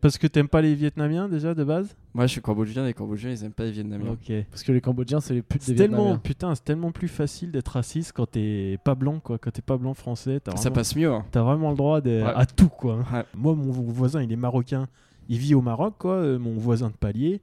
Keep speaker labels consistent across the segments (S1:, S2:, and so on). S1: Parce que t'aimes pas les Vietnamiens déjà de base
S2: Moi, je suis cambodgien et les cambodgiens, ils aiment pas les vietnamiens.
S1: Ok.
S3: Parce que les Cambodgiens, c'est les putes des
S1: C'est tellement,
S3: Vietnamiens.
S1: putain, c'est tellement plus facile d'être raciste quand t'es pas blanc, quoi. Quand t'es pas blanc français, t'as
S2: Ça
S1: vraiment,
S2: passe mieux. hein.
S1: t'as vraiment le droit de-
S2: Ouais.
S1: à tout, quoi.
S2: Ouais.
S1: Moi, mon voisin, il est marocain, il vit au Maroc, quoi. euh, Mon voisin de palier,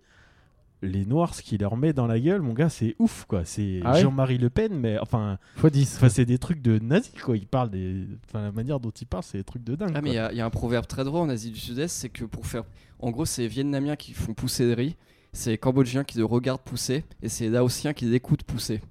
S1: les noirs, ce qu'il leur met dans la gueule, mon gars, c'est ouf, quoi. C'est
S3: Ah ouais
S1: Jean-Marie Le Pen, mais enfin,
S3: Fois 10.
S1: enfin, c'est des trucs de nazis, quoi. Il parle des, enfin, la manière dont il parle, c'est des trucs de dingue.
S2: Ah, mais
S1: quoi.
S2: il y, a- il y a un proverbe très drôle en Asie du Sud-Est c'est que pour faire. En gros, c'est les Vietnamiens qui font pousser le riz, c'est les Cambodgiens qui le regardent pousser, et c'est les Laotiens qui l'écoutent pousser.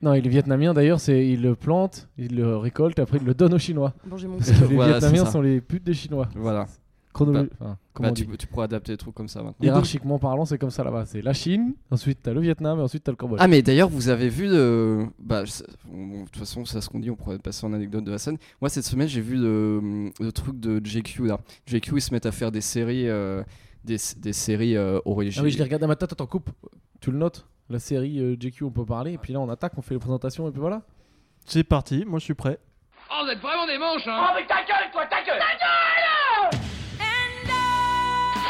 S3: Non, et les Vietnamiens, d'ailleurs, c'est ils le plantent, ils le récoltent, après ils le donnent aux Chinois.
S4: Bon, j'ai mon
S3: Parce que les
S2: Voilà, c'est
S3: Vietnamiens
S2: ça.
S3: sont les putes des Chinois.
S2: Voilà.
S3: Chronologie.
S2: Bah, tu, tu pourras adapter des trucs comme ça maintenant.
S3: Hiérarchiquement parlant, c'est comme ça là-bas. C'est la Chine, ensuite t'as le Vietnam et ensuite t'as le Cambodge.
S2: Ah mais d'ailleurs vous avez vu le... Bah je sais- on- on- de toute façon c'est ce qu'on dit, on pourrait passer en anecdote de la scène. Moi cette semaine j'ai vu le, le truc de JQ là. JQ ils se mettent à faire des séries... euh, Des, des séries euh,
S3: Ah
S2: originales.
S3: oui, je l'ai regardé à ma tête, attends, coupe. Tu le notes La série euh, JQ, on peut parler, et puis là on attaque, on fait les présentations, et puis voilà.
S1: C'est parti, moi je suis prêt.
S5: Oh, vous êtes vraiment des manches, hein
S6: Ah,
S5: Oh, mais ta gueule, toi, ta gueule Ta gueule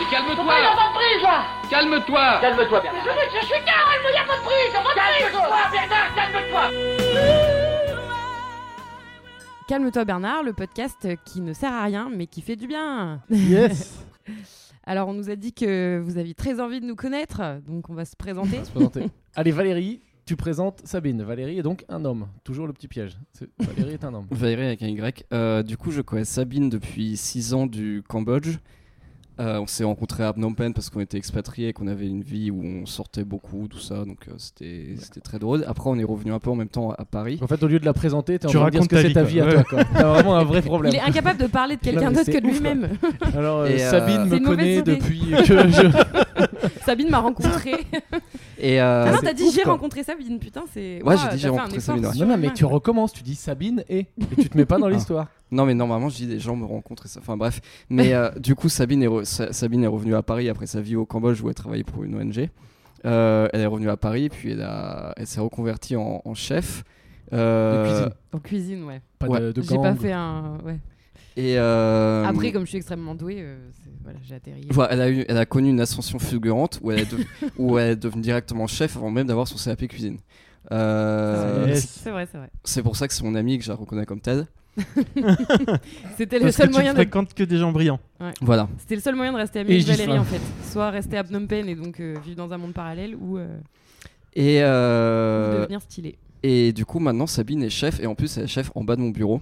S5: Mais calme-toi Calme-toi
S6: Calme-toi, Bernard. Je, suis calme, il n'y a pas de prise, Calme-toi, Bernard, calme-toi.
S4: Calme-toi Bernard, le podcast qui ne sert à rien mais qui fait du bien.
S3: Yes
S4: Alors on nous a dit que vous aviez très envie de nous connaître, donc on va se présenter.
S3: On va se présenter. Allez, Valérie, tu présentes Sabine. Valérie est donc un homme. Toujours le petit piège. C'est- Valérie est un homme.
S2: Valérie avec un Y. Euh, du coup, je connais Sabine depuis 6 ans du Cambodge. Euh, on s'est rencontrés à Phnom Penh parce qu'on était expatriés et qu'on avait une vie où on sortait beaucoup, tout ça. Donc euh, c'était c'était très drôle. Après, on est revenu un peu en même temps à Paris.
S3: En fait, au lieu de la présenter, t'es en
S1: Tu
S3: train de dire ce
S1: racontes
S3: que c'est ta
S1: ta
S3: vie
S1: vie,
S3: à toi. quoi. T'as vraiment un vrai problème.
S4: Il est incapable de parler de
S3: Non,
S4: quelqu'un
S3: mais
S4: d'autre
S3: c'est
S4: que de
S3: ouf,
S4: lui-même.
S3: Alors, euh,
S2: Et, euh,
S3: Sabine
S4: C'est
S3: me
S4: une mauvaise
S3: connaît
S4: idée.
S3: depuis que je.
S4: Sabine m'a rencontré.
S2: Ah, Et euh,
S4: Ah non,
S3: c'est
S4: t'as dit
S3: ouf,
S4: j'ai
S3: quoi.
S4: rencontré Sabine, putain, c'est.
S2: Ouais,
S4: Ouah,
S2: j'ai dit
S4: t'as
S2: j'ai
S4: fait un
S2: rencontré
S4: effort
S2: Sabine, ouais.
S3: Non, non, mais
S4: surhumain,
S3: tu
S4: quoi.
S3: recommences, tu dis Sabine et. Et tu te mets pas
S4: Ah.
S3: dans l'histoire.
S2: non, mais normalement, je dis les gens me rencontrent et ça. Enfin bref. Mais euh, du coup, Sabine est, re- Sa- Sabine est revenue à Paris après sa vie au Cambodge où elle travaillait pour une ONG. Euh, elle est revenue à Paris, puis elle, a- elle s'est reconvertie en, en chef. Euh,
S3: De cuisine.
S4: En cuisine, ouais.
S3: Pas
S2: ouais.
S3: de, de
S4: J'ai pas
S3: gang.
S4: fait un. Ouais.
S2: et euh,
S4: Après, comme je suis extrêmement douée, euh, c'est- voilà, j'ai atterri.
S2: Voilà, elle, a eu- elle a connu une ascension fulgurante où elle est, de- où elle est devenue directement chef avant même d'avoir son CAP cuisine. Euh,
S1: Yes.
S4: C'est vrai, c'est vrai.
S2: c'est pour ça que c'est mon ami que je la reconnais comme Ted.
S4: C'était le
S1: Parce
S4: seul
S1: que tu
S4: moyen
S1: ne
S4: de.
S1: fréquentes que des gens brillants.
S2: Voilà.
S4: C'était le seul moyen de rester
S3: Et
S4: ami avec
S3: Ghislain.
S4: Valérie en fait. Soit rester à Phnom Penh et donc euh, vivre dans un monde parallèle ou euh,
S2: Et,
S4: ou
S2: euh,
S4: devenir stylé.
S2: et du coup, maintenant, Sabine est chef et en plus, elle est chef en bas de mon bureau.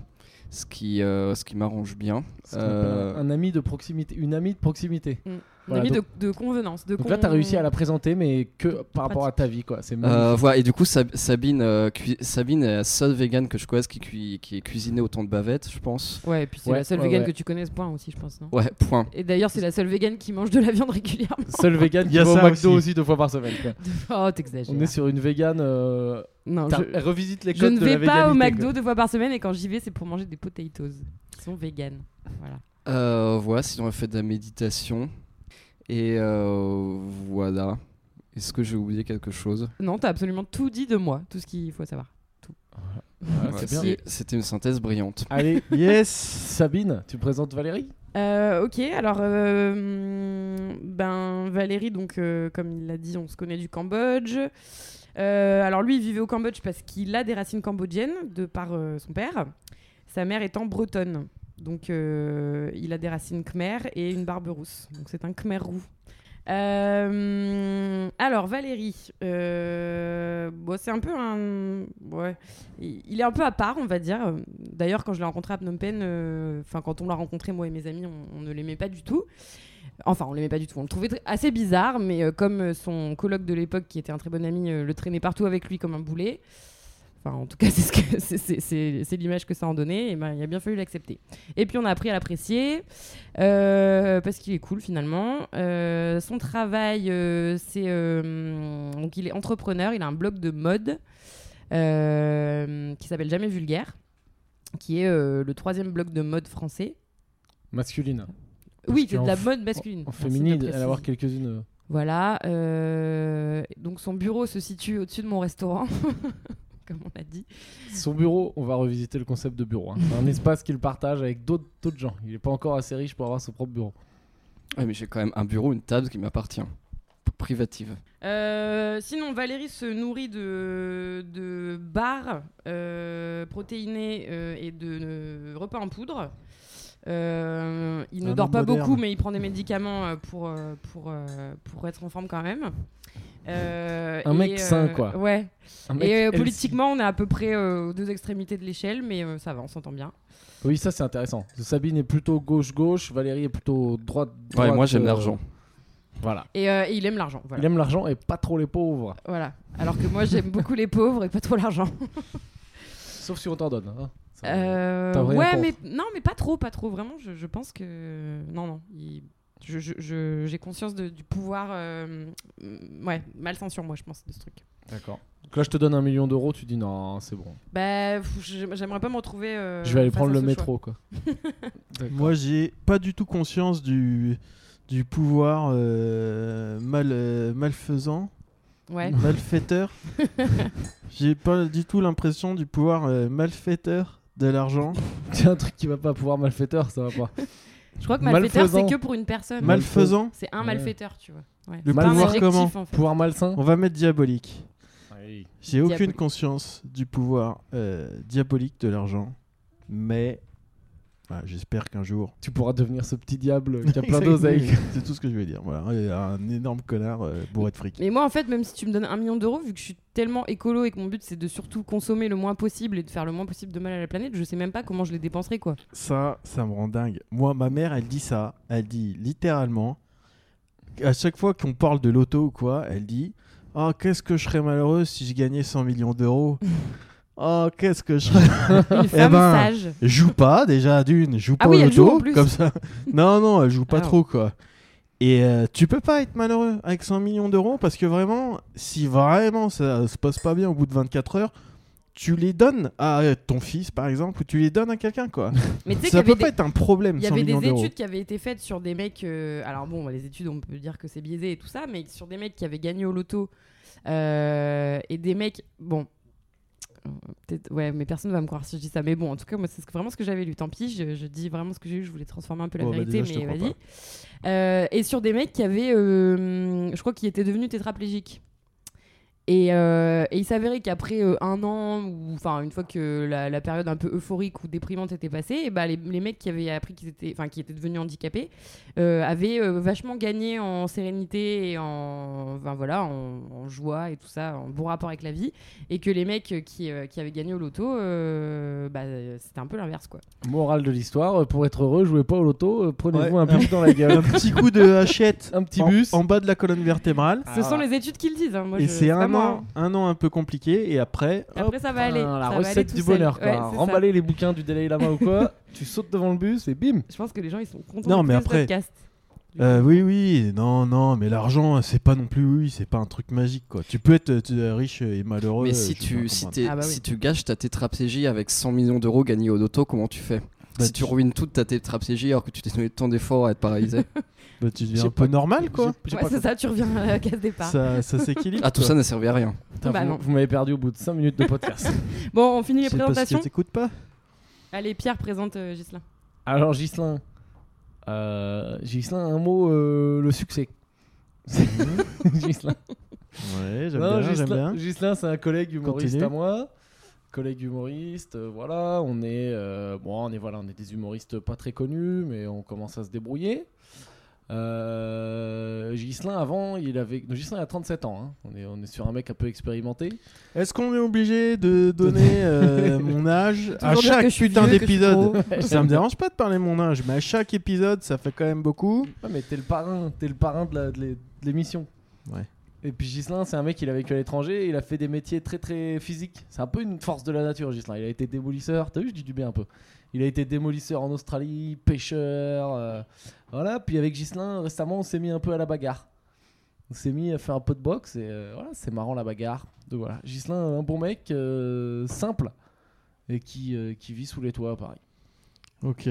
S2: Ce qui, euh, ce qui m'arrange bien.
S3: Ce qu'on appelle
S2: Euh,
S3: Un un ami de proximité, une amie de proximité.
S4: Mm.
S3: Voilà,
S4: Une amie
S3: donc-
S4: de, de convenance. De
S3: Donc
S4: con-
S3: là, t'as réussi à la présenter, mais que par rapport à ta vie, quoi. C'est magnifique.
S2: Euh, voilà, et du coup, Sab- Sabine, euh, cui- Sabine est la seule végane que je connaisse qui, cui- qui est cuisinée autant de bavettes, je pense.
S4: Ouais, et puis c'est
S3: Ouais,
S4: la seule
S3: ouais,
S4: végane
S3: ouais.
S4: que tu connaisses, point aussi, je pense. Non
S2: Ouais, point.
S4: et d'ailleurs, c'est la seule végane qui mange de la viande régulièrement.
S3: Seul vegan
S1: Il
S3: qui
S1: y a
S3: va au
S1: ça
S3: McDo aussi.
S1: aussi.
S3: deux fois par semaine. quoi.
S4: Oh, t'exagères.
S3: On est sur une vegan. euh,
S4: Non,
S3: t'as-
S4: je,
S3: Elle revisite les
S4: je
S3: codes
S4: ne
S3: de la
S4: vais pas au
S3: véganité,
S4: McDo deux fois par semaine et quand j'y vais, c'est pour manger des potatoes qui sont véganes. Voilà.
S2: Euh, voilà, sinon on a fait de la méditation. Et euh, voilà. Est-ce que j'ai oublié quelque chose
S4: Non, t'as absolument tout dit de moi, tout ce qu'il faut savoir.
S3: quoi. Voilà,
S2: Ouais,
S3: c'est bien.
S2: Ah, c'est- C'était une synthèse brillante.
S3: Allez,
S1: Yes
S3: Sabine, tu présentes Valérie
S4: Euh, ok, alors euh, hum, ben Valérie, donc euh, comme il l'a dit, on se connaît du Cambodge. Euh, alors lui, il vivait au Cambodge parce qu'il a des racines cambodgiennes de par euh, son père. Sa mère étant bretonne, donc euh, il a des racines khmer et une barbe rousse, donc c'est un khmer roux. Euh, alors Valérie, euh, bon, c'est un peu un, ouais, il il est un peu à part, on va dire. D'ailleurs, quand je l'ai rencontré à Phnom Penh, euh, enfin quand on l'a rencontré moi et mes amis, on, on ne l'aimait pas du tout. Enfin, on l'aimait pas du tout. On le trouvait tr- assez bizarre, mais euh, comme euh, son colloque de l'époque, qui était un très bon ami, euh, le traînait partout avec lui comme un boulet. Enfin, en tout cas, c'est ce que- c'est- c'est- c'est- c'est l'image que ça en donnait. Et ben, il a bien fallu l'accepter. Et puis, on a appris à l'apprécier euh, parce qu'il est cool finalement. Euh, son travail, euh, c'est euh, donc il est entrepreneur. Il a un blog de mode euh, qui s'appelle Jamais Vulgaire, qui est euh, le troisième blog de mode français.
S3: Masculine.
S4: Oui,
S3: que
S4: c'est de
S3: en
S4: la
S3: f-
S4: mode masculine.
S3: En
S4: Merci de
S3: féminine, elle
S4: préciser.
S3: va avoir quelques-unes. euh.
S4: Voilà. euh, donc son bureau se situe au-dessus de mon restaurant. comme on l'a dit.
S3: Son bureau, on va revisiter le concept de bureau. hein. C'est un espace qu'il partage avec d'autres d'autres gens. Il n'est pas encore assez riche pour avoir son propre bureau.
S2: Ouais, mais j'ai quand même un bureau, une table qui m'appartient. Privative.
S4: Euh, sinon, Valérie se nourrit de, de bars euh, protéinés euh, et de euh, repas en poudre. Euh, il ne
S1: Un
S4: dort
S1: homme
S4: pas
S1: moderne.
S4: beaucoup, mais il prend des médicaments euh, pour, euh, pour, euh, pour être en forme quand même. Euh,
S3: Un
S4: et,
S3: mec
S4: euh,
S3: sain, quoi.
S4: Ouais.
S3: Un mec
S4: Et euh,
S3: healthy.
S4: politiquement, on est à peu près euh, aux deux extrémités de l'échelle, mais euh, ça va, on s'entend bien.
S3: Oui, ça c'est intéressant. Sabine est plutôt gauche-gauche, Valérie est plutôt droite.
S2: Ouais,
S3: droite
S2: moi j'aime
S3: euh,
S2: l'argent.
S3: Voilà.
S4: Et, euh, et il aime l'argent. Voilà.
S3: Il aime l'argent et pas trop les pauvres.
S4: Voilà. Alors que moi, j'aime beaucoup les pauvres et pas trop l'argent.
S3: Sauf si on t'en donne. hein. Ça-
S4: Euh,
S3: t'as rien
S4: ouais, mais
S3: contre.
S4: non, mais pas trop, pas trop. Vraiment, je, je pense que non, non. il- je- je- je- J'ai conscience de- du pouvoir, euh, mm, ouais, malsain sur moi, je pense, de ce truc.
S3: D'accord. Donc là, je te donne un million d'euros, tu dis non, c'est bon.
S4: Bah, pff, j'ai- j'aimerais pas me retrouver. euh,
S3: je vais aller
S4: face
S3: prendre
S4: à
S3: le
S4: ce
S3: métro, quoi. D'accord.
S1: Moi, j'ai pas du tout conscience du, du pouvoir euh, mal, euh, malfaisant,
S4: choix. Ouais.
S1: malfaiteur. j'ai pas du tout l'impression du pouvoir euh, malfaiteur de l'argent.
S3: C'est un truc qui va pas pouvoir malfaiteur, ça va pas.
S4: Je crois que malfaiteur, c'est
S3: Malfaisant.
S4: que pour une personne.
S3: Mal-
S1: Malfaisant,
S4: C'est un
S3: Ouais.
S4: malfaiteur, tu vois. Ouais.
S1: Le
S4: C'est pas un
S1: pouvoir
S4: adjectif,
S1: comment
S4: en fait.
S3: Pouvoir malsain
S1: on va mettre diabolique. J'ai aucune
S4: Diabolique.
S1: conscience du pouvoir euh, diabolique de l'argent, mais voilà, j'espère qu'un jour.
S3: Tu pourras devenir ce petit diable qui a plein d'oseilles.
S1: C'est tout ce que je vais dire. Voilà, un énorme connard euh, bourré de fric.
S4: Mais moi, en fait, même si tu me donnes un million d'euros, vu que je suis tellement écolo et que mon but c'est de surtout consommer le moins possible et de faire le moins possible de mal à la planète, je sais même pas comment je les dépenserai, quoi.
S1: Ça, ça me rend dingue. Moi, ma mère, elle dit ça. Elle dit littéralement, à chaque fois qu'on parle de l'auto ou quoi, elle dit Oh, qu'est-ce que je serais malheureux si je gagnais 100 millions d'euros Oh, qu'est-ce que je serais.
S4: Une
S1: Eh
S4: femme
S1: ben,
S4: sage.
S1: joue pas déjà d'une, joue pas
S4: Ah oui,
S1: au
S4: elle joue
S1: loto,
S4: en plus.
S1: comme ça. Non, non, elle joue pas
S4: Ah.
S1: trop quoi. Et euh, tu peux pas être malheureux avec 100 millions d'euros parce que vraiment, si vraiment ça se passe pas bien au bout de 24 heures, tu les donnes à euh, ton fils par exemple ou tu les donnes à quelqu'un quoi.
S4: Mais tu sais qu'il y
S1: ça
S4: avait
S1: peut
S4: des-
S1: pas être un problème
S4: Il y
S1: 100
S4: avait des
S1: millions d'euros.
S4: études qui avaient été faites sur des mecs. euh, alors bon, les études, on peut dire que c'est biaisé et tout ça, mais sur des mecs qui avaient gagné au loto euh, et des mecs. Bon. euh, peut-être- Ouais, mais personne va me croire si je dis ça. Mais bon, en tout cas, moi, c'est ce que- vraiment ce que j'avais lu. Tant pis, je, je dis vraiment ce que j'ai eu. Je voulais transformer un peu la
S1: Oh, bah,
S4: vérité,
S1: déjà, je te
S4: mais
S1: crois
S4: vas-y. Euh, et sur des mecs qui avaient. euh, je crois qu'ils étaient devenus tétraplégiques. Et, euh, et il s'avérait qu'après euh, un an, ou enfin une fois que la, la période un peu euphorique ou déprimante était passée, et bah, les, les mecs qui avaient appris qu'ils étaient, enfin qui étaient devenus handicapés, euh, avaient euh, vachement gagné en sérénité et en, enfin, voilà, en, en joie et tout ça, en bon rapport avec la vie, et que les mecs euh, qui, euh, qui avaient gagné au loto, euh, bah, euh, c'était un peu l'inverse quoi.
S3: Morale de l'histoire, euh, pour être heureux, jouez pas au loto, euh, prenez-vous
S1: Ouais.
S3: un bus dans la gueule.
S1: Un petit coup de hachette
S3: un petit
S1: en,
S3: bus.
S1: en bas de la colonne vertébrale.
S3: Ah.
S4: Ce sont les études qui le disent. hein. Ah, Moi,
S1: et
S4: je-
S1: c'est
S4: pas
S1: un an,
S4: moi, hein.
S1: un an un peu compliqué et après, hop,
S4: Après ça va aller.
S3: Putain, Ah, la
S4: ça va aller
S3: recette
S4: tout
S3: du
S4: seul.
S3: bonheur, quoi.
S4: Ouais, c'est ça.
S3: Remballer les bouquins du Dalai Lama ou quoi, tu sautes devant le bus et bim.
S4: Je pense que les gens ils sont contents.
S1: Non,
S4: d'écouter
S1: mais
S4: ce
S1: après,
S4: podcast.
S1: Euh, oui, oui, non, non, mais l'argent, c'est pas non plus, oui, c'est pas un truc magique, quoi. Tu peux être euh, riche et malheureux.
S2: mais
S1: euh,
S2: si
S1: je peux
S2: tu, si,
S1: comprendre.
S2: t'es-
S4: Ah bah oui.
S2: si tu gâches ta tétraplégie avec 100 millions d'euros gagnés au loto, comment tu fais
S1: Bah,
S2: Si tu ruines toute ta tétraplégie alors que tu t'es donné tant d'efforts à être paralysé.
S1: bah, tu deviens
S3: j'ai
S1: un peu
S3: pas-
S1: normal, quoi.
S3: J'ai- j'ai
S4: Ouais,
S3: pas
S4: c'est ça, tu reviens à la case départ.
S1: Ça, ça s'équilibre.
S2: ah, tout
S1: quoi.
S2: ça n'a servi à rien.
S3: Putain,
S4: Bah
S3: vous-
S4: non.
S3: vous m'avez perdu au bout de 5 minutes de podcast.
S4: Bon, on finit les
S1: C'est parce que
S4: présentations.
S1: t'écoutes pas.
S4: Allez, Pierre présente euh, Ghislain.
S3: Alors Gislin, euh, Ghislain, un mot, euh, le succès.
S4: Mhm.
S3: Gislin.
S1: Ouais, j'aime
S3: Non,
S1: bien, j'aime
S3: Ghislain,
S1: bien.
S3: Ghislain, c'est un collègue humoriste
S1: Continue.
S3: à moi. Collègue humoriste, euh, voilà, on est, euh, bon, on est voilà, on est des humoristes pas très connus, mais on commence à se débrouiller. Euh, Ghislain, avant, il avait, non, Ghislain a 37 ans. hein. On est, on est sur un mec un peu expérimenté.
S1: Est-ce qu'on est obligé de donner euh, mon âge à
S4: Toujours dire que
S1: chaque
S4: je suis
S1: putain
S4: vieux, que je suis
S1: d'épisode
S4: gros.
S1: Ça me dérange pas de parler mon âge, mais à chaque épisode, ça fait quand même beaucoup.
S3: Ouais, mais t'es le parrain, t'es le parrain de la- de l'é- de l'émission.
S1: Ouais.
S3: Et puis Gislin, c'est un mec, il a vécu à l'étranger, il a fait des métiers très très physiques. C'est un peu une force de la nature, Gislin. Il a été démolisseur, t'as vu, je dis du bien un peu. Il a été démolisseur en Australie, pêcheur, euh, voilà. Puis avec Gislin, récemment, on s'est mis un peu à la bagarre. On s'est mis à faire un peu de boxe et euh, voilà, c'est marrant la bagarre. Donc voilà, Gislin, un bon mec, euh, simple, et qui, euh, qui vit sous les toits à Paris.
S1: Ok.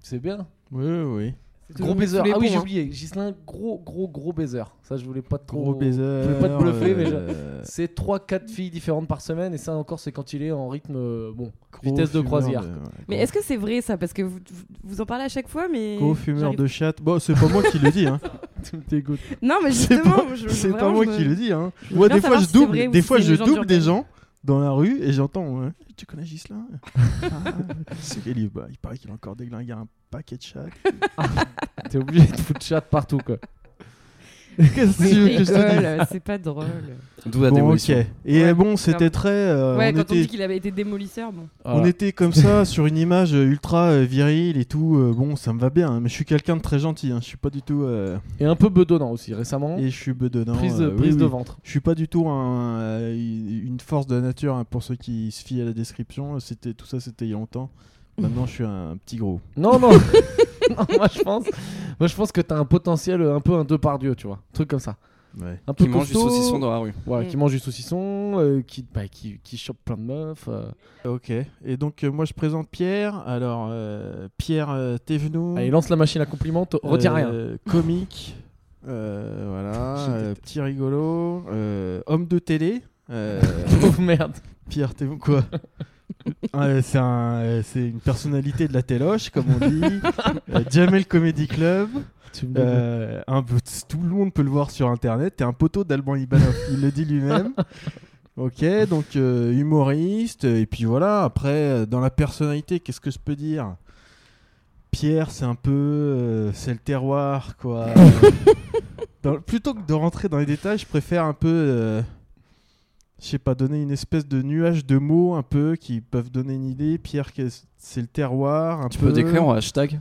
S3: C'est bien.
S1: Oui, oui, oui.
S3: Gros baiser.
S4: tous les
S3: Ah oui,
S4: ponts,
S3: j'ai
S4: hein.
S3: oublié. Gislin, gros, gros, gros baiser. Ça, je voulais pas trop.
S1: Gros baiser.
S3: Je voulais pas te bluffer, mais je-
S1: euh,
S3: C'est 3-4 filles différentes par semaine, et ça encore, c'est quand il est en rythme. euh, bon.
S1: gros
S3: Vitesse de
S1: fumeur
S3: croisière.
S1: de- ouais,
S4: hein. Mais
S1: gros-
S4: est-ce que c'est vrai ça Parce que vous, vous- vous en parlez à chaque fois, mais.
S1: Gros fumeur
S4: j'arrive-
S1: de chatte. Bon, c'est pas moi qui le dis, hein.
S3: Tu me dégoûtes.
S4: Non, mais
S1: C'est
S4: justement,
S1: pas-
S4: je-
S1: c'est pas
S4: vraiment,
S1: moi
S4: je me-
S1: qui le dis. Hein.
S4: je veux
S1: Moi,
S4: bien
S1: des fois,
S4: savoir
S1: je
S4: si c'est
S1: double,
S4: vrai ou
S1: des
S4: si
S1: fois,
S4: c'est
S1: je
S4: une légende
S1: double des
S4: urbaine.
S1: gens dans la rue et j'entends euh, Tu connais Gislain il, bah, il paraît qu'il a encore déglingué un paquet de chats.
S3: T'es obligé de foutre chat partout, quoi.
S1: Qu'est-ce que tu veux que je te dise
S4: Rigole, C'est pas drôle.
S2: D'où la
S1: Bon, ok.
S2: démolition.
S1: Et
S4: Ouais.
S1: bon, c'était très. euh,
S4: ouais,
S1: on,
S4: quand on
S1: était,
S4: dit qu'il avait été démolisseur, bon.
S3: Ah.
S1: on était comme ça sur une image euh, ultra euh, virile et tout. euh, bon, ça me va bien, hein, mais je suis quelqu'un de très gentil. Hein, je suis pas du tout. euh,
S3: Et un peu bedonnant aussi, récemment.
S1: et je suis bedonnant.
S3: prise
S1: euh, oui,
S3: prise de
S1: oui.
S3: ventre.
S1: Je suis pas du tout un, euh, une force de la nature hein, pour ceux qui se fient à la description. C'était tout ça, c'était il y a longtemps. Maintenant, je suis un petit gros.
S3: Non, non. non moi, je pense, moi, je pense que t'as un potentiel euh, un peu un deux par Dieu, tu vois. Un truc comme ça.
S1: Ouais.
S3: Un peu
S2: Qui mange du
S3: costaud,
S2: saucisson dans la rue.
S3: Voilà,
S4: Mm.
S3: qui mange du saucisson, euh, qui, bah, qui, qui chope plein de meufs. euh.
S1: Ok. Et donc euh, moi, je présente Pierre. Alors euh, Pierre euh, Thévenoud,
S3: Allez, lance la machine à compliments, t- retiens rien.
S1: euh, Comique. euh,
S3: Je
S1: voilà. euh,
S3: déteste.
S1: petit rigolo. euh, homme de télé. euh,
S3: Oh merde.
S1: Pierre Thévenoud quoi. Ouais, c'est un, euh, c'est une personnalité de la téloche, comme on dit. Euh, Jamel Comedy Club.
S3: Tu me donnes-
S1: Euh, un peu- tout le monde peut le voir sur internet. T'es un poteau d'Alban Ibanov, il le dit lui-même. Ok, donc euh, humoriste. Et puis voilà, après, euh, dans la personnalité, qu'est-ce que je peux dire Pierre, c'est un peu. euh, c'est le terroir, quoi. Euh, dans- plutôt que de rentrer dans les détails, je préfère un peu. euh, je sais pas, donner une espèce de nuage de mots un peu qui peuvent donner une idée. Pierre, qu'est-ce- c'est le terroir. Un
S2: Tu
S1: peu
S2: peux décrire en hashtag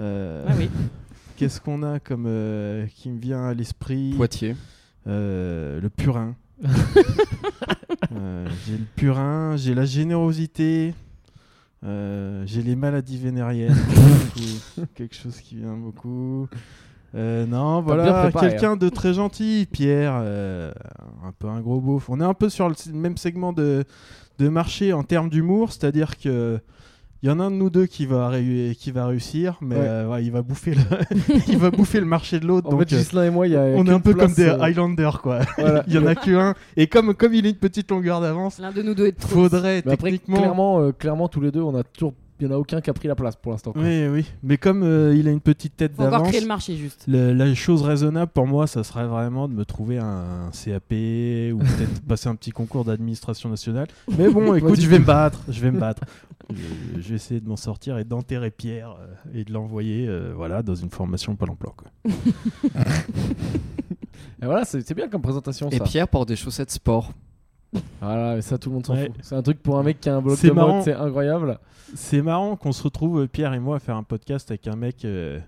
S1: euh,
S4: Ah oui.
S1: Qu'est-ce qu'on a comme euh, qui me vient à l'esprit
S2: Poitiers.
S1: Euh, Le purin. Euh, j'ai le purin, j'ai la générosité, euh, j'ai les maladies vénériennes, beaucoup, quelque chose qui vient beaucoup. Euh, non,
S3: bien
S1: voilà,
S3: préparé, hein.
S1: quelqu'un de très gentil, Pierre, euh, un peu un gros beauf. On est un peu sur le s- même segment de, de marché en termes d'humour, c'est-à-dire que il y en a un de nous deux qui va, réu- qui va réussir, mais
S3: Ouais.
S1: euh, ouais, il, va bouffer le, il va bouffer le marché de l'autre.
S3: En
S1: donc, euh,
S3: fait, Gislain et moi, il y a.
S1: on est
S3: qu'une
S1: un peu comme
S3: place,
S1: des
S3: euh,
S1: Highlanders, quoi.
S3: voilà.
S1: Il y en a qu'un. Et comme, comme il a une petite longueur d'avance,
S4: L'un de nous doit être trop.
S1: faudrait
S3: Mais après,
S1: techniquement.
S3: clairement, euh, clairement, tous les deux, on a toujours. Il y en a aucun qui a pris la place pour l'instant. quoi.
S1: Oui, oui. Mais comme euh, il a une petite tête
S4: Faut encore
S1: d'avance,
S4: créer le marché, juste.
S1: le- la chose raisonnable pour moi, ça serait vraiment de me trouver un CAP ou peut-être passer un petit concours d'administration nationale. Mais bon, écoute, je vais me battre. Je vais me battre. Je, je vais essayer de m'en sortir et d'enterrer Pierre euh, et de l'envoyer euh, voilà, dans une formation Pôle emploi. Quoi.
S3: Et voilà, c'est c'est bien comme présentation
S2: Et
S3: ça.
S2: Pierre porte des chaussettes sport.
S3: Voilà, mais ça tout le monde s'en
S1: Ouais.
S3: fout. C'est un truc pour un mec qui a un bloc
S1: C'est
S3: de
S1: marrant.
S3: mode, c'est incroyable.
S1: C'est marrant qu'on se retrouve, euh, Pierre et moi, à faire un podcast avec un mec euh,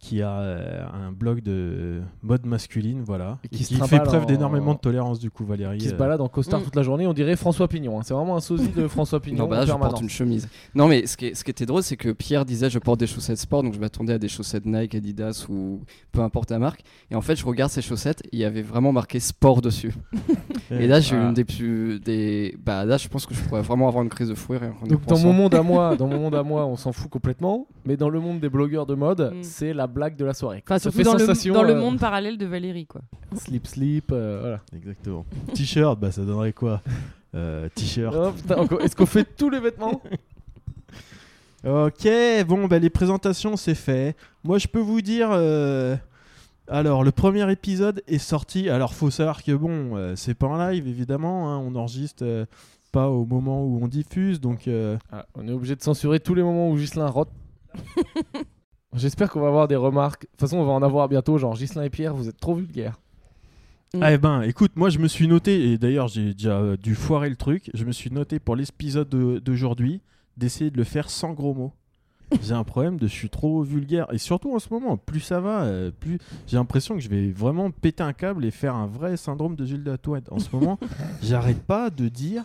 S1: qui a euh, un blog de mode masculine, voilà.
S3: Et
S1: Et
S3: qui
S1: Qui,
S3: se trimballe
S1: fait preuve
S3: en-
S1: d'énormément de tolérance, du coup, Valérie.
S3: Qui se
S1: euh,
S3: balade en costard
S4: Mm.
S3: toute la journée, on dirait François Pignon. hein. C'est vraiment un sosie de François Pignon.
S2: Non, bah là,
S3: en
S2: je
S3: permanence.
S2: porte une chemise. Non, mais ce qui, est- ce qui était drôle, c'est que Pierre disait je porte des chaussettes sport, donc je m'attendais à des chaussettes Nike, Adidas ou peu importe la marque. Et en fait, je regarde ces chaussettes, il y avait vraiment marqué sport dessus.
S1: Ouais.
S2: Et là, j'ai eu
S3: Ah.
S2: une des plus. Des... Bah là, je pense que je pourrais vraiment avoir une crise de fou rire. en y
S3: Donc dans
S2: repensant.
S3: mon monde à moi, dans mon monde à moi, on s'en fout complètement. Mais dans le monde des blogueurs de mode,
S4: Mm.
S3: c'est la blague de la soirée.
S4: Enfin,
S3: Ça
S4: surtout
S3: fait
S4: dans,
S3: sensation,
S4: le, dans le
S3: euh,
S4: monde parallèle de Valérie, quoi.
S3: Slip, slip, euh, voilà.
S1: Exactement. T-shirt, bah ça donnerait quoi Euh, T-shirt.
S3: Oh, putain, encore- Est-ce qu'on fait tous les vêtements
S1: Ok, bon, bah, les présentations, c'est fait. Moi, je peux vous dire. euh, Alors, le premier épisode est sorti. Alors, faut savoir que, bon, euh, c'est pas en live, évidemment. hein, on enregistre euh, pas au moment où on diffuse. Donc, euh,
S3: Ah, On est obligé de censurer tous les moments où Gislin rote. J'espère qu'on va avoir des remarques. De toute façon, on va en avoir bientôt. Genre, Gislin et Pierre, vous êtes trop vulgaires.
S4: Mm.
S1: Ah, eh ben, écoute, moi je me suis noté, et d'ailleurs j'ai déjà euh, dû foirer le truc, je me suis noté pour l'épisode de- d'aujourd'hui d'essayer de le faire sans gros mots. J'ai un problème de je suis trop vulgaire, et surtout en ce moment, plus ça va, euh, plus j'ai l'impression que je vais vraiment péter un câble et faire un vrai syndrome de Gilles de la Tourette. En ce moment, j'arrête pas de dire,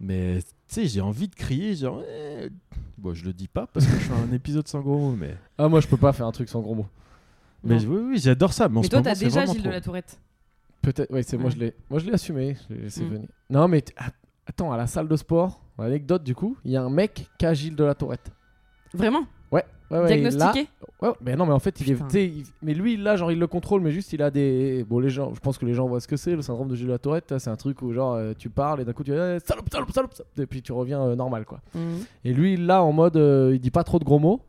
S1: mais tu sais, j'ai envie de crier, genre, Eh bon, je le dis pas parce que je fais un épisode sans gros mots, mais,
S3: Ah, moi, je peux pas faire un truc sans gros mots.
S1: mais
S4: Non.
S1: oui, oui, j'adore ça. Mais, en
S4: Mais
S1: ce
S4: toi,
S1: moment,
S4: t'as
S1: c'est
S4: déjà
S1: vraiment
S4: Gilles de
S1: trop.
S4: la Tourette.
S3: Peut-être, ouais, c'est moi
S4: Ouais.
S3: je l'ai, moi je l'ai assumé, je l'ai laissé
S4: Mm.
S3: venir. Non mais t- ah, attends, à la salle de sport, anecdote du coup, il y a un mec qui a Gilles de la Tourette.
S4: Vraiment
S3: Ouais. Ouais, ouais, il l'a.
S4: Diagnostiqué
S3: Ouais, ouais, mais non, mais en fait, il est,
S4: Putain.
S3: tu sais, il- mais lui, là, genre, il le contrôle, mais juste, il a des. Bon, les gens, je pense que les gens voient ce que c'est, le syndrome de Gilles la Tourette. là, C'est un truc où, genre, euh, tu parles et d'un coup, tu dis Eh, salope, salope, salope, salope et puis tu reviens euh, normal, quoi.
S4: Mhm.
S3: Et lui, là, en mode, euh, il dit pas trop de gros mots,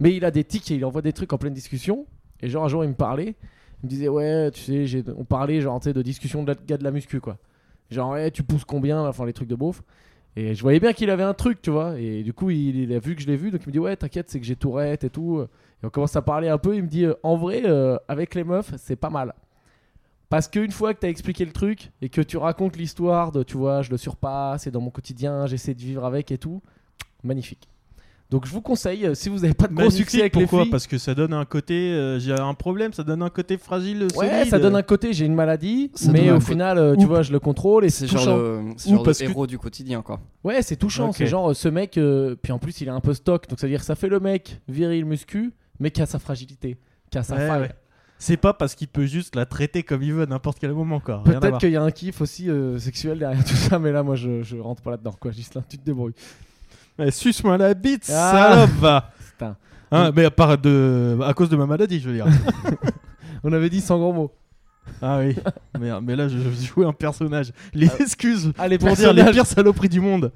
S3: mais il a des tics et il envoie des trucs en pleine discussion. Et genre, un jour, il me parlait, il me disait, ouais, tu sais, j'ai- on parlait, genre, tu sais, de discussion de la- gars de la muscu, quoi. Genre, ouais, tu pousses combien, enfin, les trucs de beauf. Et je voyais bien qu'il avait un truc, tu vois. Et du coup, il, il a vu que je l'ai vu, donc il me dit, ouais, t'inquiète, c'est que j'ai tourette et tout. Et on commence à parler un peu, il me dit, euh, en vrai, euh, avec les meufs, c'est pas mal. Parce qu'une fois que t'as expliqué le truc et que tu racontes l'histoire de, tu vois, je le surpasse et dans mon quotidien, j'essaie de vivre avec et tout, magnifique. Donc je vous conseille, euh, si vous n'avez pas de gros
S1: Magnifique,
S3: succès avec
S1: pourquoi
S3: les filles,
S1: Parce que ça donne un côté. euh, J'ai un problème, ça donne un côté fragile.
S3: ouais,
S1: solide.
S3: ça donne un côté, j'ai une maladie,
S2: Ça
S3: mais
S2: donne un
S3: au
S2: côté-
S3: final, euh, tu
S1: Ou-
S3: vois, je le contrôle et
S2: C'est
S3: c'est
S2: genre
S3: touchant.
S2: le, c'est
S1: Ou
S2: genre le
S1: parce que-
S2: héros du quotidien, quoi.
S3: Ouais, c'est touchant.
S1: Ok.
S3: C'est genre euh, ce mec, euh, puis en plus, il est un peu stock, donc ça veut dire ça fait le mec viril muscu, mais qui a sa fragilité, qui a sa
S1: Ouais,
S3: faille.
S1: ouais. C'est pas parce qu'il peut juste la traiter comme il veut à n'importe quel moment, quoi. Rien à
S3: Peut-être
S1: voir.
S3: qu'il y a un kiff aussi euh, sexuel derrière tout ça, mais là, moi, je, je rentre pas là-dedans, quoi. Gislain, tu te débrouilles.
S1: Eh, Suce-moi la bite,
S3: Ah.
S1: salope va.
S3: Putain.
S1: Hein, Mais à, part de... à cause de ma maladie, je veux dire.
S3: On avait dit sans gros mots.
S1: ah oui. Merde, mais là, je je jouais un personnage. Les
S3: Ah.
S1: excuses
S3: Allez,
S1: pour dire les pires saloperies du monde.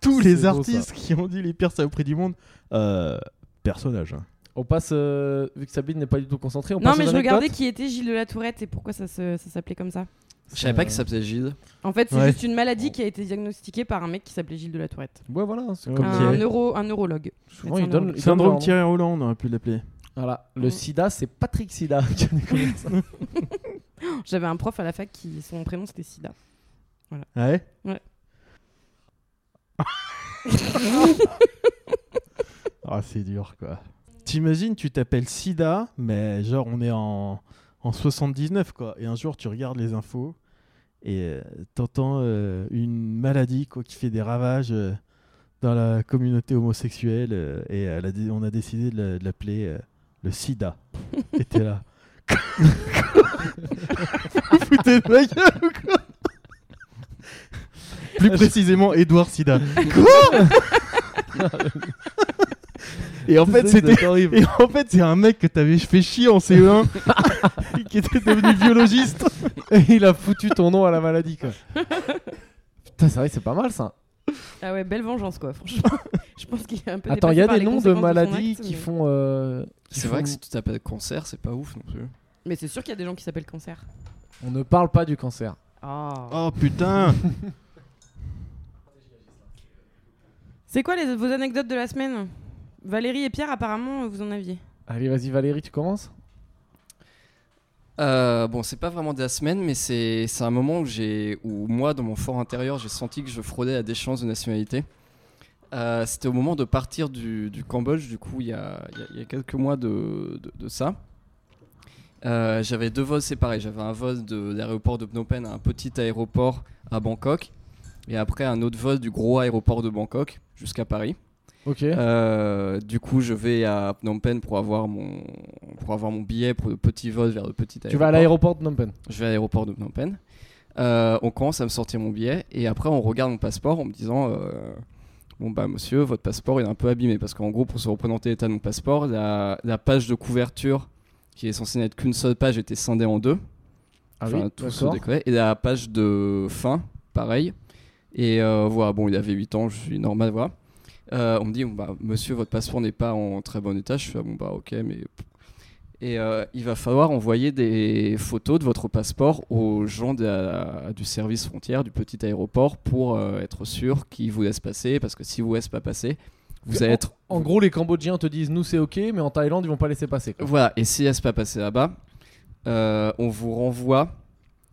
S1: Tous
S3: C'est
S1: les
S3: beau,
S1: artistes qui ont dit les pires saloperies du monde. Euh, personnage. hein.
S3: On passe, euh, vu que Sabine n'est pas du tout concentrée, on
S4: Non,
S3: passe
S4: mais
S3: aux
S4: je
S3: anecdotes.
S4: regardais qui était Gilles de la Tourette et pourquoi ça se- ça s'appelait comme ça.
S2: Je savais
S1: Euh,
S2: pas qu'il s'appelait Gilles.
S4: En fait, c'est
S1: Ouais.
S4: juste une maladie qui a été diagnostiquée par un mec qui s'appelait Gilles de la Tourette.
S3: Ouais, voilà. c'est
S1: Ah, Ok.
S3: comme-
S4: Un, neuro, un neurologue.
S3: Souvent, ils donnent. ils donnent
S1: Syndrome
S3: leur-
S1: Thierry Hollande, on aurait pu l'appeler.
S3: Voilà. Le sida, c'est Patrick Sida qui a découvert ça.
S4: J'avais un prof à la fac qui son prénom c'était Sida.
S1: Ouais
S4: Ouais.
S1: Ah, c'est dur, quoi. T'imagines, tu t'appelles Sida, mais genre, on est en, en 79, quoi. Et un jour, tu regardes les infos et euh, t'entends euh, une maladie, quoi, qui fait des ravages euh, dans la communauté homosexuelle. euh, et elle a dé- on a décidé de la- de l'appeler euh, le Sida. et t'es là. Vous foutez de ma gueule ou quoi Plus précisément, Edouard Sida. Quoi Et en fait, c'était
S3: C'est horrible.
S1: et en fait, c'est un mec que t'avais fait chier en CE1 qui était devenu biologiste.
S3: Et il a foutu ton nom à la maladie, quoi. Putain, c'est vrai, que c'est pas mal ça.
S4: Ah ouais, belle vengeance quoi, franchement. je pense qu'il est un peu
S3: Attends, il y a
S4: dépassé par
S3: des
S4: les
S3: noms de
S4: conséquences son
S3: maladies
S4: acte,
S3: qui
S4: mais-
S3: font. euh, qui
S2: C'est
S3: font-
S2: vrai que si tu t'appelles cancer, c'est pas ouf non plus.
S4: Mais c'est sûr qu'il y a des gens qui s'appellent cancer.
S3: On ne parle pas du cancer.
S4: Ah.
S1: Oh putain
S4: C'est quoi les, vos anecdotes de la semaine Valérie et Pierre, apparemment, vous en aviez.
S3: Allez, vas-y, Valérie, tu commences
S2: Euh, bon, c'est pas vraiment de la semaine, mais c'est c'est un moment où, j'ai- où moi, dans mon fort intérieur, j'ai senti que je fraudais à des chances de nationalité. Euh, C'était au moment de partir du, du Cambodge, du coup, il y a, il y a- il y a quelques mois de, de- de ça. Euh, J'avais deux vols séparés. J'avais un vol de l'aéroport de Phnom Penh à un petit aéroport à Bangkok, et après un autre vol du gros aéroport de Bangkok jusqu'à Paris.
S3: Ok.
S2: Euh, du coup, je vais à Phnom Penh pour avoir mon, pour avoir mon billet pour le petit vol vers le petit aéroport.
S3: tu vas à l'aéroport de Phnom Penh.
S2: Je vais à l'aéroport de Phnom Penh. Euh, on commence à me sortir mon billet et après on regarde mon passeport en me disant euh, Bon bah monsieur, votre passeport il est un peu abîmé parce qu'en gros, pour se représenter l'état de mon passeport, la, la page de couverture qui est censée n'être qu'une seule page était scindée en deux.
S3: Ah
S2: Enfin,
S3: oui,
S2: tout se
S3: d'accord.
S2: décorait. Et la page de fin, pareil. Et euh, voilà, bon, il avait 8 ans, je suis normal, voilà. Euh, on me dit, bon, bah, monsieur, votre passeport n'est pas en très bon état. Je fais, ah, bon, bah, ok, mais. Et euh, il va falloir envoyer des photos de votre passeport aux gens de la- du service frontière, du petit aéroport, pour euh, être sûr qu'ils vous laissent passer. Parce que si vous laissent pas passer, vous allez être.
S3: En gros, les Cambodgiens te disent nous c'est ok, mais en Thaïlande ils vont pas laisser passer. quoi.
S2: Voilà, et si elle se pas passer là-bas, euh, on vous renvoie.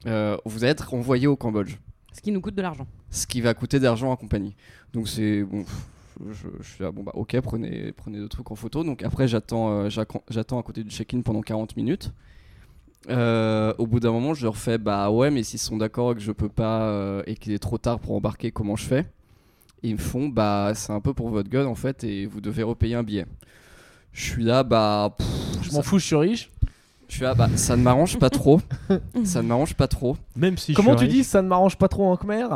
S2: euh, vous allez être renvoyé au Cambodge.
S4: Ce qui nous coûte de l'argent.
S2: ce qui va coûter d'argent à compagnie. Donc c'est bon. pff, Je, je suis là, bon bah ok, prenez, prenez deux trucs en photo. Donc après, j'attends euh, j'accro- j'attends à côté du check-in pendant 40 minutes. Euh, au bout d'un moment, je leur fais bah ouais, mais s'ils sont d'accord et que je peux pas euh, et qu'il est trop tard pour embarquer, comment je fais Et ils me font bah c'est un peu pour votre gueule en fait et vous devez repayer un billet. Je suis là, bah pff,
S3: Je m'en fous, je suis riche.
S2: je suis là, bah ça ne m'arrange pas trop. ça ne m'arrange pas trop.
S1: Même si
S3: Comment tu dis ça ne m'arrange pas trop en Khmer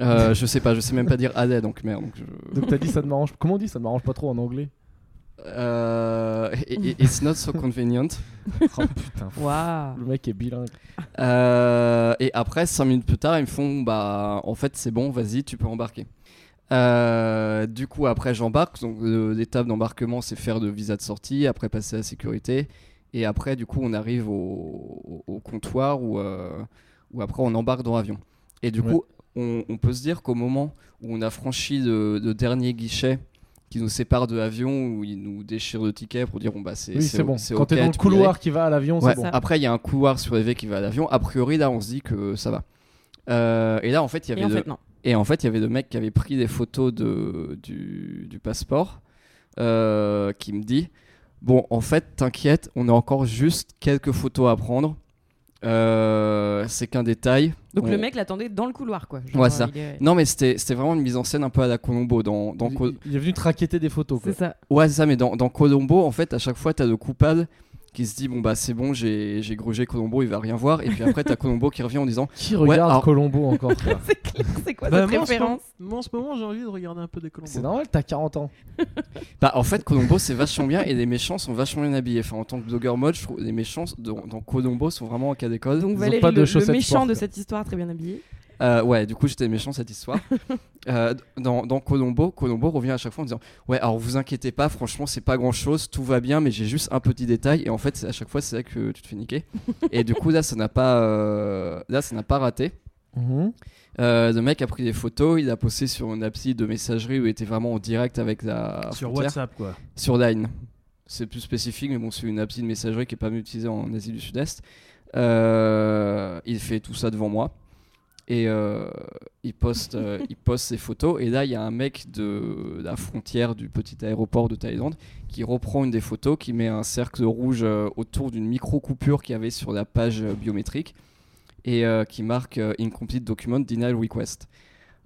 S2: Euh, je sais pas, je sais même pas dire Adèle donc merde. Donc je-
S3: Donc t'as dit ça ne m'arrange. Comment on dit ça ne m'arrange pas trop en anglais
S2: Euh, i- i- it's not so convenient.
S3: Oh putain.
S4: Waouh.
S3: Le mec est bilingue.
S2: Euh, et après, 5 minutes plus tard, ils me font Bah, en fait, c'est bon, vas-y, tu peux embarquer. Euh, du coup, après, j'embarque. Donc, euh, l'étape d'embarquement, c'est faire de visa de sortie, après passer à la sécurité. Et après, du coup, on arrive au, au comptoir où, euh, où après, on embarque dans l'avion. Et du
S3: Ouais.
S2: coup, on, on peut se dire qu'au moment où on a franchi le, le dernier guichet qui nous sépare de l'avion, où ils nous déchirent le ticket pour dire Bon, bah, c'est
S3: Oui, c'est bon. Quand
S2: ok,
S3: t'es dans le
S2: tu peux y aller.
S3: couloir qui va à l'avion,
S2: E. Ouais.
S3: c'est bon.
S4: Ça.
S2: Après, il y a un couloir sur les V qui va à l'avion. A priori, là, on se dit que ça va. Euh, et là, en fait, il y avait
S4: Et en
S2: deux-
S4: fait, non.
S2: et en fait, il y avait deux mecs qui avaient pris des photos de, du, du passeport euh, qui me dit Bon, en fait, t'inquiète, on a encore juste quelques photos à prendre. Euh, c'est qu'un détail.
S4: Donc
S2: On-
S4: le mec l'attendait dans le couloir, quoi.
S2: Ouais, c'est ça.
S4: il est-
S2: Non, mais c'était c'était vraiment une mise en scène un peu à la Colombo. Dans, dans
S3: Il-
S2: Co-
S3: Il est venu te raqueter des photos. quoi.
S4: C'est ça.
S2: Ouais, c'est ça, mais dans, dans Colombo, en fait, à chaque fois, t'as le coupable qui se dit Bon, bah, c'est bon, j'ai j'ai grugé Colombo, il va rien voir. Et puis après, t'as Colombo qui revient en disant
S3: Qui regarde
S2: alors-
S3: Colombo encore frère
S4: C'est clair, c'est quoi
S1: Bah,
S4: cette
S1: moi, en ce moment-
S4: référence
S1: moi, en ce moment, j'ai envie de regarder un peu des Colombos.
S3: C'est normal, t'as 40 ans.
S2: Bah, en fait, Colombo, c'est vachement bien et les méchants sont vachement bien habillés. Enfin, en tant que blogueur mode, je trouve les méchants dans, dans Colombo sont vraiment en cas d'école.
S4: Donc
S3: ont
S4: Valérie,
S3: pas de
S4: le, le
S3: chaussettes
S4: méchant
S3: sport,
S4: de
S3: quoi.
S4: cette histoire, très bien habillé.
S2: Euh, ouais, du coup, j'étais méchant cette histoire. Euh, dans, dans Colombo, Colombo revient à chaque fois en disant Ouais, alors vous inquiétez pas, franchement, c'est pas grand chose, tout va bien, mais j'ai juste un petit détail. Et en fait, c'est- à chaque fois, c'est là que tu te fais niquer. et du coup, là, ça n'a pas, euh, là, ça n'a pas raté.
S3: Mhm.
S2: Euh, le mec a pris des photos, il a posté sur une appli de messagerie où il était vraiment en direct avec la
S1: Sur
S2: frontière.
S1: WhatsApp, quoi.
S2: sur Line. C'est plus spécifique, mais bon, c'est une appli de messagerie qui est pas mal utilisée en Asie du Sud-Est. Euh, il fait tout ça devant moi. Et euh, il, poste, euh, il poste ses photos. Et là, il y a un mec de la frontière du petit aéroport de Thaïlande qui reprend une des photos, qui met un cercle rouge euh, autour d'une micro-coupure qu'il y avait sur la page euh, biométrique et euh, qui marque euh, Incomplete Document Denial Request.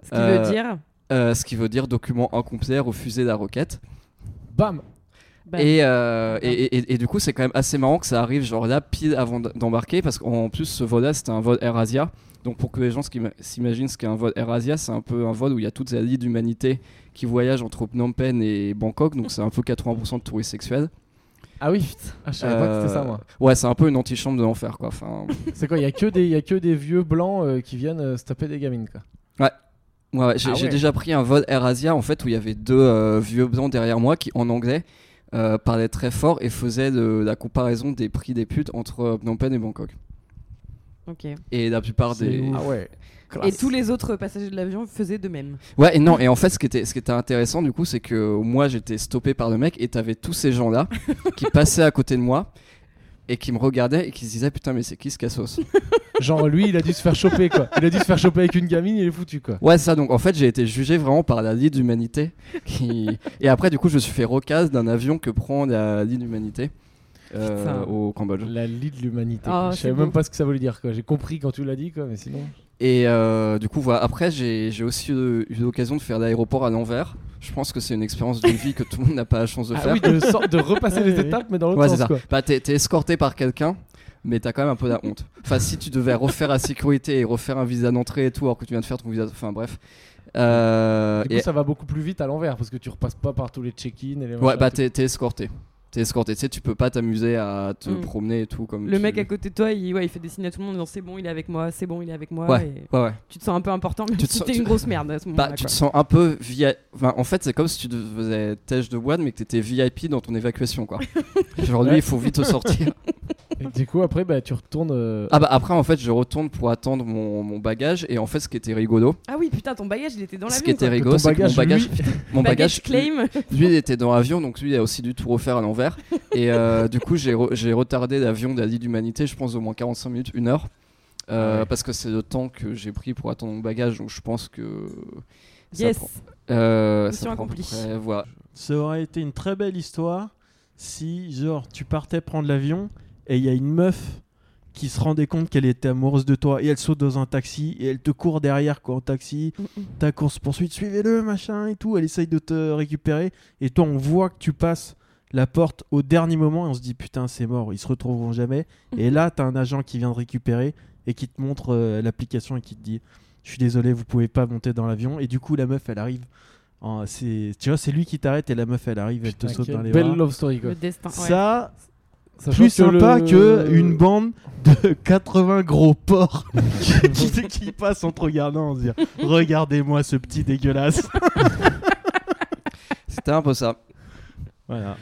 S4: Ce qui
S2: Euh,
S4: veut dire.
S2: Euh, ce qui veut dire document incomplet, refuser la requête.
S3: Bam
S4: bah,
S2: Et, euh, et, et- et du coup, c'est quand même assez marrant que ça arrive genre là pile avant d- d'embarquer parce qu'en plus ce vol-là c'était un vol AirAsia. Donc pour que les gens ce qui m- s'imaginent ce qu'est un vol AirAsia, c'est un peu un vol où il y a toute la ligne d'humanité qui voyage entre Phnom Penh et Bangkok. Donc c'est un peu 80% de touristes sexuels.
S3: Ah oui ah, Je savais pas que c'était ça
S2: Euh,
S3: moi.
S2: Ouais, c'est un peu une antichambre de l'enfer quoi. Enfin,
S3: C'est quoi Il y a que des, il y a que des vieux blancs euh, qui viennent euh, se taper des gamines quoi.
S2: Ouais, ouais, j'ai
S3: Ah
S2: j'ai
S3: ouais.
S2: déjà pris un vol AirAsia en fait où il y avait deux euh, vieux blancs derrière moi qui en anglais euh, parlaient très fort et faisaient de- la comparaison des prix des putes entre euh, Phnom Penh et Bangkok.
S4: ok. Et
S2: Et la plupart
S3: C'est
S2: Oh, des
S3: ouf. Ah ouais.
S4: tous les autres passagers de l'avion faisaient de même.
S2: Ouais, et non, et en fait, ce qui était, ce qui était intéressant, du coup, c'est que euh, moi, j'étais stoppé par le mec, et t'avais tous ces gens-là qui passaient à côté de moi, et qui me regardaient, et qui se disaient, putain, mais c'est qui ce cassos
S3: Genre lui, il a dû se faire choper quoi. Il a dû se faire choper avec une gamine, il est foutu quoi.
S2: Ouais, ça, donc en fait, j'ai été jugé vraiment par la Ligue d'Humanité. Qui... Et après, du coup, je me suis fait recase d'un avion que prend la Ligue d'Humanité euh,
S4: Putain.
S2: au Cambodge.
S3: La lie de l'humanité. quoi.
S4: Ah,
S3: je
S4: c'est
S3: savais
S4: beau.
S3: même pas ce que ça voulait dire quoi. J'ai compris quand tu l'as dit quoi, mais sinon.
S2: Et euh, du coup, voilà. Après, j'ai j'ai aussi eu, eu l'occasion de faire l'aéroport à l'envers. Je pense que c'est une expérience de vie que tout le monde n'a pas la chance de
S3: Ah
S2: faire.
S3: oui, de, sor- de repasser les
S1: Ouais, ouais.
S3: étapes mais dans l'autre
S2: Ouais, c'est
S3: sens
S2: ça.
S3: quoi.
S2: Bah, t'es t'es escorté par quelqu'un, mais t'as quand même un peu la honte. Enfin, si tu devais refaire la sécurité et refaire un visa d'entrée et tout, alors que tu viens de faire ton visa. Enfin, bref. Euh,
S3: Du coup,
S2: et-
S3: ça va beaucoup plus vite à l'envers parce que tu repasses pas par tous les check-in et les
S2: Ouais,
S3: machins,
S2: bah,
S3: tout.
S2: t'es t'es escorté. T'es escorté. Tu sais, tu peux pas t'amuser à te
S4: Mm.
S2: promener et tout. Comme
S4: Le
S2: tu-
S4: mec à côté de toi, il, ouais, il fait des signes à tout le monde en disant c'est bon, il est avec moi, c'est bon, il est avec moi. Et
S2: Ouais, ouais.
S4: tu te sens un peu important, mais
S2: Tu
S4: tu
S2: te sens-
S4: t'es
S2: tu-
S4: une grosse merde à ce moment-là.
S2: Bah, tu
S4: quoi.
S2: te sens un peu. via enfin, en fait, c'est comme si tu faisais tèche de boîte, mais que t'étais VIP dans ton évacuation, quoi. Genre, lui,
S3: Ouais.
S2: il faut vite sortir.
S3: Et du coup, après, bah, tu retournes. euh,
S2: ah, bah, après, en fait, je retourne pour attendre mon, mon bagage. Et en fait, ce qui était rigolo,
S4: Ah oui, putain, ton bagage, il était dans
S2: ce
S4: l'avion.
S2: qui était
S4: quoi.
S2: rigolo,
S3: ton
S2: c'est que mon
S3: bagage,
S2: bagage. mon
S4: Baggage
S2: bagage. euh,
S4: claim.
S2: Lui, il était dans l'avion, donc lui, il a aussi dû tout refaire à l'envers. Et euh, du coup, j'ai re- j'ai retardé l'avion de la Ligue d'Humanité, je pense, au moins 45 minutes, une heure. Euh,
S4: Ah
S3: Ouais.
S2: Parce que c'est le temps que j'ai pris pour attendre mon bagage, donc je pense que. ça
S4: Yes.
S2: prend- euh,
S4: Mission
S2: ça prend à peu
S4: accomplie.
S2: près, voilà.
S1: Ça aurait été une très belle histoire si, genre, tu partais prendre l'avion et il y a une meuf qui se rendait compte qu'elle était amoureuse de toi et elle saute dans un taxi et elle te court derrière quoi en taxi, ta course poursuite, suivez-le machin et tout, elle essaye de te récupérer et toi on voit que tu passes la porte au dernier moment et on se dit putain c'est mort, ils se retrouveront jamais et là t'as un agent qui vient de récupérer et qui te montre euh, l'application et qui te dit je suis désolé vous pouvez pas monter dans l'avion et du coup la meuf elle arrive en- c'est- tu vois, c'est lui qui t'arrête et la meuf elle arrive, elle te
S3: Putain,
S1: saute
S3: quelle
S1: dans les
S3: Belle
S1: bras.
S3: love story quoi.
S4: Le destin. ouais.
S1: Ça,
S3: Sachant
S1: plus sympa
S3: le-
S1: que une bande de 80 gros porcs qui, qui passent en te regardant en se disant Regardez-moi ce petit dégueulasse.
S2: C'était un peu ça.
S1: voilà.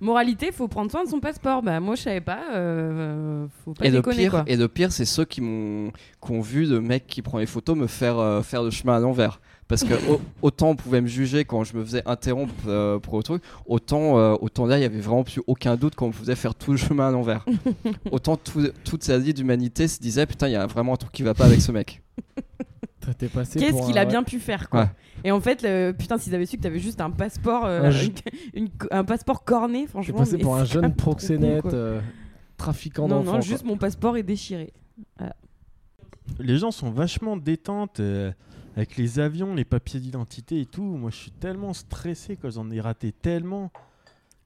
S4: Moralité, faut prendre soin de son passeport. Bah moi je savais pas. euh, faut pas
S2: Et le
S4: déconner
S2: pire,
S4: quoi.
S2: et le pire, c'est ceux qui m'ont qui ont vu de mec qui prend les photos me faire euh, faire le chemin à l'envers. Parce que au- autant on pouvait me juger quand je me faisais interrompre euh, pour le truc, autant euh, autant là il y avait vraiment plus aucun doute quand on me faisait faire tout le chemin à l'envers. autant tout- toute sa vie d'humanité se disait putain il y a vraiment un truc qui va pas avec ce mec.
S3: Putain, t'es passé
S4: Qu'est-ce
S3: pour
S4: qu'il
S3: un-
S4: a bien pu faire quoi
S2: Ouais.
S4: Et en fait, le- putain, s'ils avaient su que t'avais juste un passeport, euh,
S3: Ouais, je-
S4: une- une- un passeport corné,
S3: T'es
S4: franchement.
S3: passé
S4: mais
S3: pour un
S4: c'est
S3: jeune
S4: quand même trop con,
S3: proxénète,
S4: quoi.
S3: euh, trafiquant
S4: Non,
S3: d'enfants.
S4: non, juste mon passeport est déchiré.
S1: Les gens sont vachement détentes euh, avec les avions, les papiers d'identité et tout. Moi je suis tellement stressé que j'en ai raté tellement.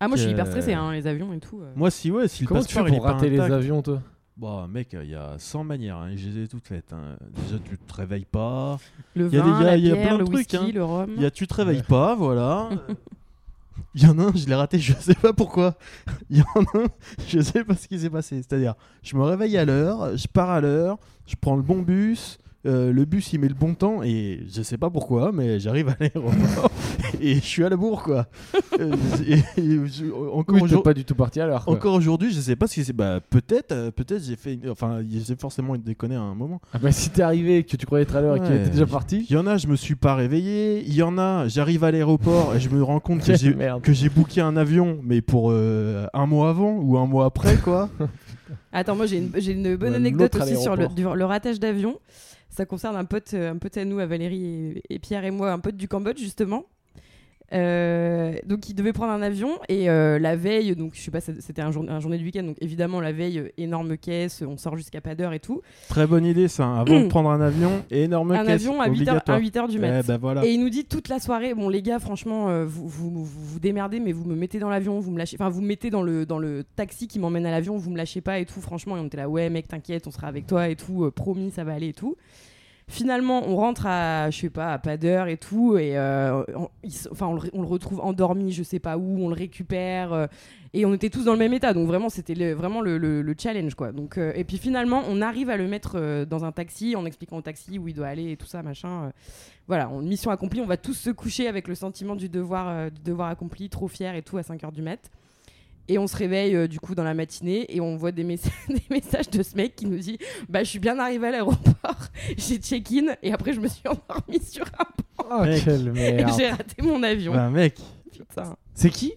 S4: Ah moi je suis
S1: Que-
S4: hyper stressée, hein, les avions et tout. euh.
S1: Moi si ouais, si le
S3: Comment tu fais
S1: passeport il est
S3: pour
S1: pas
S3: rater les
S1: intact-
S3: avions, toi
S1: Bah mec, il y a 100 manières, hein, et je les ai toutes faites. hein. Déjà tu te réveilles pas,
S4: Le
S1: y a des
S4: vin,
S1: gars-
S4: la
S1: y a
S4: bière,
S1: plein de
S4: le
S1: trucs,
S4: whisky,
S1: hein.
S4: le rhum.
S1: il y a tu te réveilles pas, voilà. Il y en a un, je l'ai raté, je sais pas pourquoi. Il y en a un, je sais pas ce qui s'est passé. C'est-à-dire, je me réveille à l'heure, je pars à l'heure, je prends le bon bus, euh, le bus il met le bon temps et je sais pas pourquoi, mais j'arrive à l'aéroport et je suis à la bourre quoi. Euh, et- et je- encore
S3: Oui, t'es
S1: aujourd'hui-
S3: pas du tout parti à l'heure. quoi.
S1: Encore aujourd'hui, je sais pas si c'est. Bah, peut-être, euh, peut-être j'ai fait. une- Enfin, y- j'ai forcément une déconner à un moment.
S3: Ah bah, si t'es arrivé, que tu croyais être à l'heure et qu'il
S1: Ouais.
S3: était déjà parti.
S1: Il y en a, je me suis pas réveillé. Il y en a, j'arrive à l'aéroport et je me rends compte que j'ai
S3: Merde.
S1: que j'ai booké un avion, mais pour euh, un mois avant ou un mois après, quoi.
S4: Attends, moi j'ai une, j'ai une bonne
S3: Ouais,
S4: anecdote
S3: l'autre à
S4: aussi sur le,
S3: l'aéroport.
S4: du- le ratage d'avion. Ça concerne un pote, euh, un pote à nous, à Valérie et, et Pierre et moi, un pote du Cambodge justement. Euh, donc il devait prendre un avion et euh, la veille, donc je sais pas, c'était un, jour- un journée du week-end, donc évidemment la veille, euh, énorme caisse, on sort jusqu'à pas d'heure et tout.
S1: Très bonne idée, ça. hein, Avant de prendre un avion, énorme
S4: Mm. un
S1: caisse,
S4: avion à 8 heures- à
S1: obligatoire.
S4: 8h du
S1: Eh
S4: mat.
S1: bah voilà.
S4: Et il nous dit toute la soirée, bon les gars, franchement, euh, vous, vous, vous vous démerdez, mais vous me mettez dans l'avion, vous me lâchez, enfin vous me mettez dans le, dans le taxi qui m'emmène à l'avion, vous me lâchez pas et tout, franchement, et on était là, ouais mec, t'inquiète, on sera avec toi et tout, euh, promis, ça va aller et tout. Finalement, on rentre à, je sais pas, à pas d'heure et tout, et euh, on, il s- enfin, on, le, ré- on le retrouve endormi, je sais pas où, on le récupère, euh, et on était tous dans le même état, donc vraiment, c'était le, vraiment le, le- le challenge, quoi. Donc, euh, et puis finalement, on arrive à le mettre euh, dans un taxi, en expliquant au taxi où il doit aller et tout ça, machin. euh. voilà, on, mission accomplie, on va tous se coucher avec le sentiment du devoir, euh, du devoir accompli, trop fier et tout, à 5h du mat. Et on se réveille euh, du coup dans la matinée et on voit des, messa- des messages de ce mec qui nous dit Bah, je suis bien arrivé à l'aéroport, j'ai check-in et après je me suis endormi sur un
S3: Oh,
S1: Mec.
S3: quelle
S4: et
S3: merde.
S4: j'ai raté mon avion.
S1: Bah, mec,
S4: Putain,
S3: C'est qui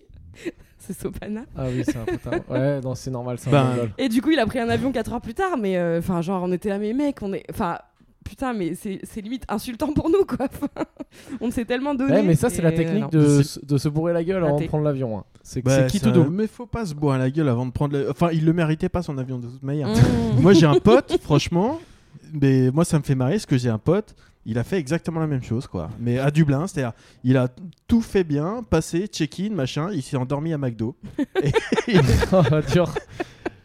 S4: c'est Sopana.
S3: Ah oui, c'est un putain. Ouais, non, c'est normal, c'est un
S1: Ben,
S3: mongol.
S4: Et du coup, il a pris un avion 4 heures plus tard, mais euh, enfin, genre, on était là, mais mec, on est. Enfin, putain, mais c'est c'est limite insultant pour nous, quoi. Enfin, on s'est tellement donné.
S3: Ouais, mais ça, c'est la
S4: et non.
S3: technique
S4: Mmh.
S3: de, se- de se bourrer la gueule avant de
S4: Raté.
S3: prendre l'avion. hein. C'est
S1: bah,
S3: c'est qui
S1: ça-
S3: tout double
S1: Mais faut pas se boire la gueule avant de prendre. le- Enfin, il le méritait pas son avion de toute manière.
S4: Mmh.
S1: moi j'ai un pote, franchement, mais moi ça me fait marrer parce que j'ai un pote, il a fait exactement la même chose quoi. Mais à Dublin, c'est-à-dire, il a tout fait bien, passé, check-in, machin, il s'est endormi à McDo.
S3: Oh, dur.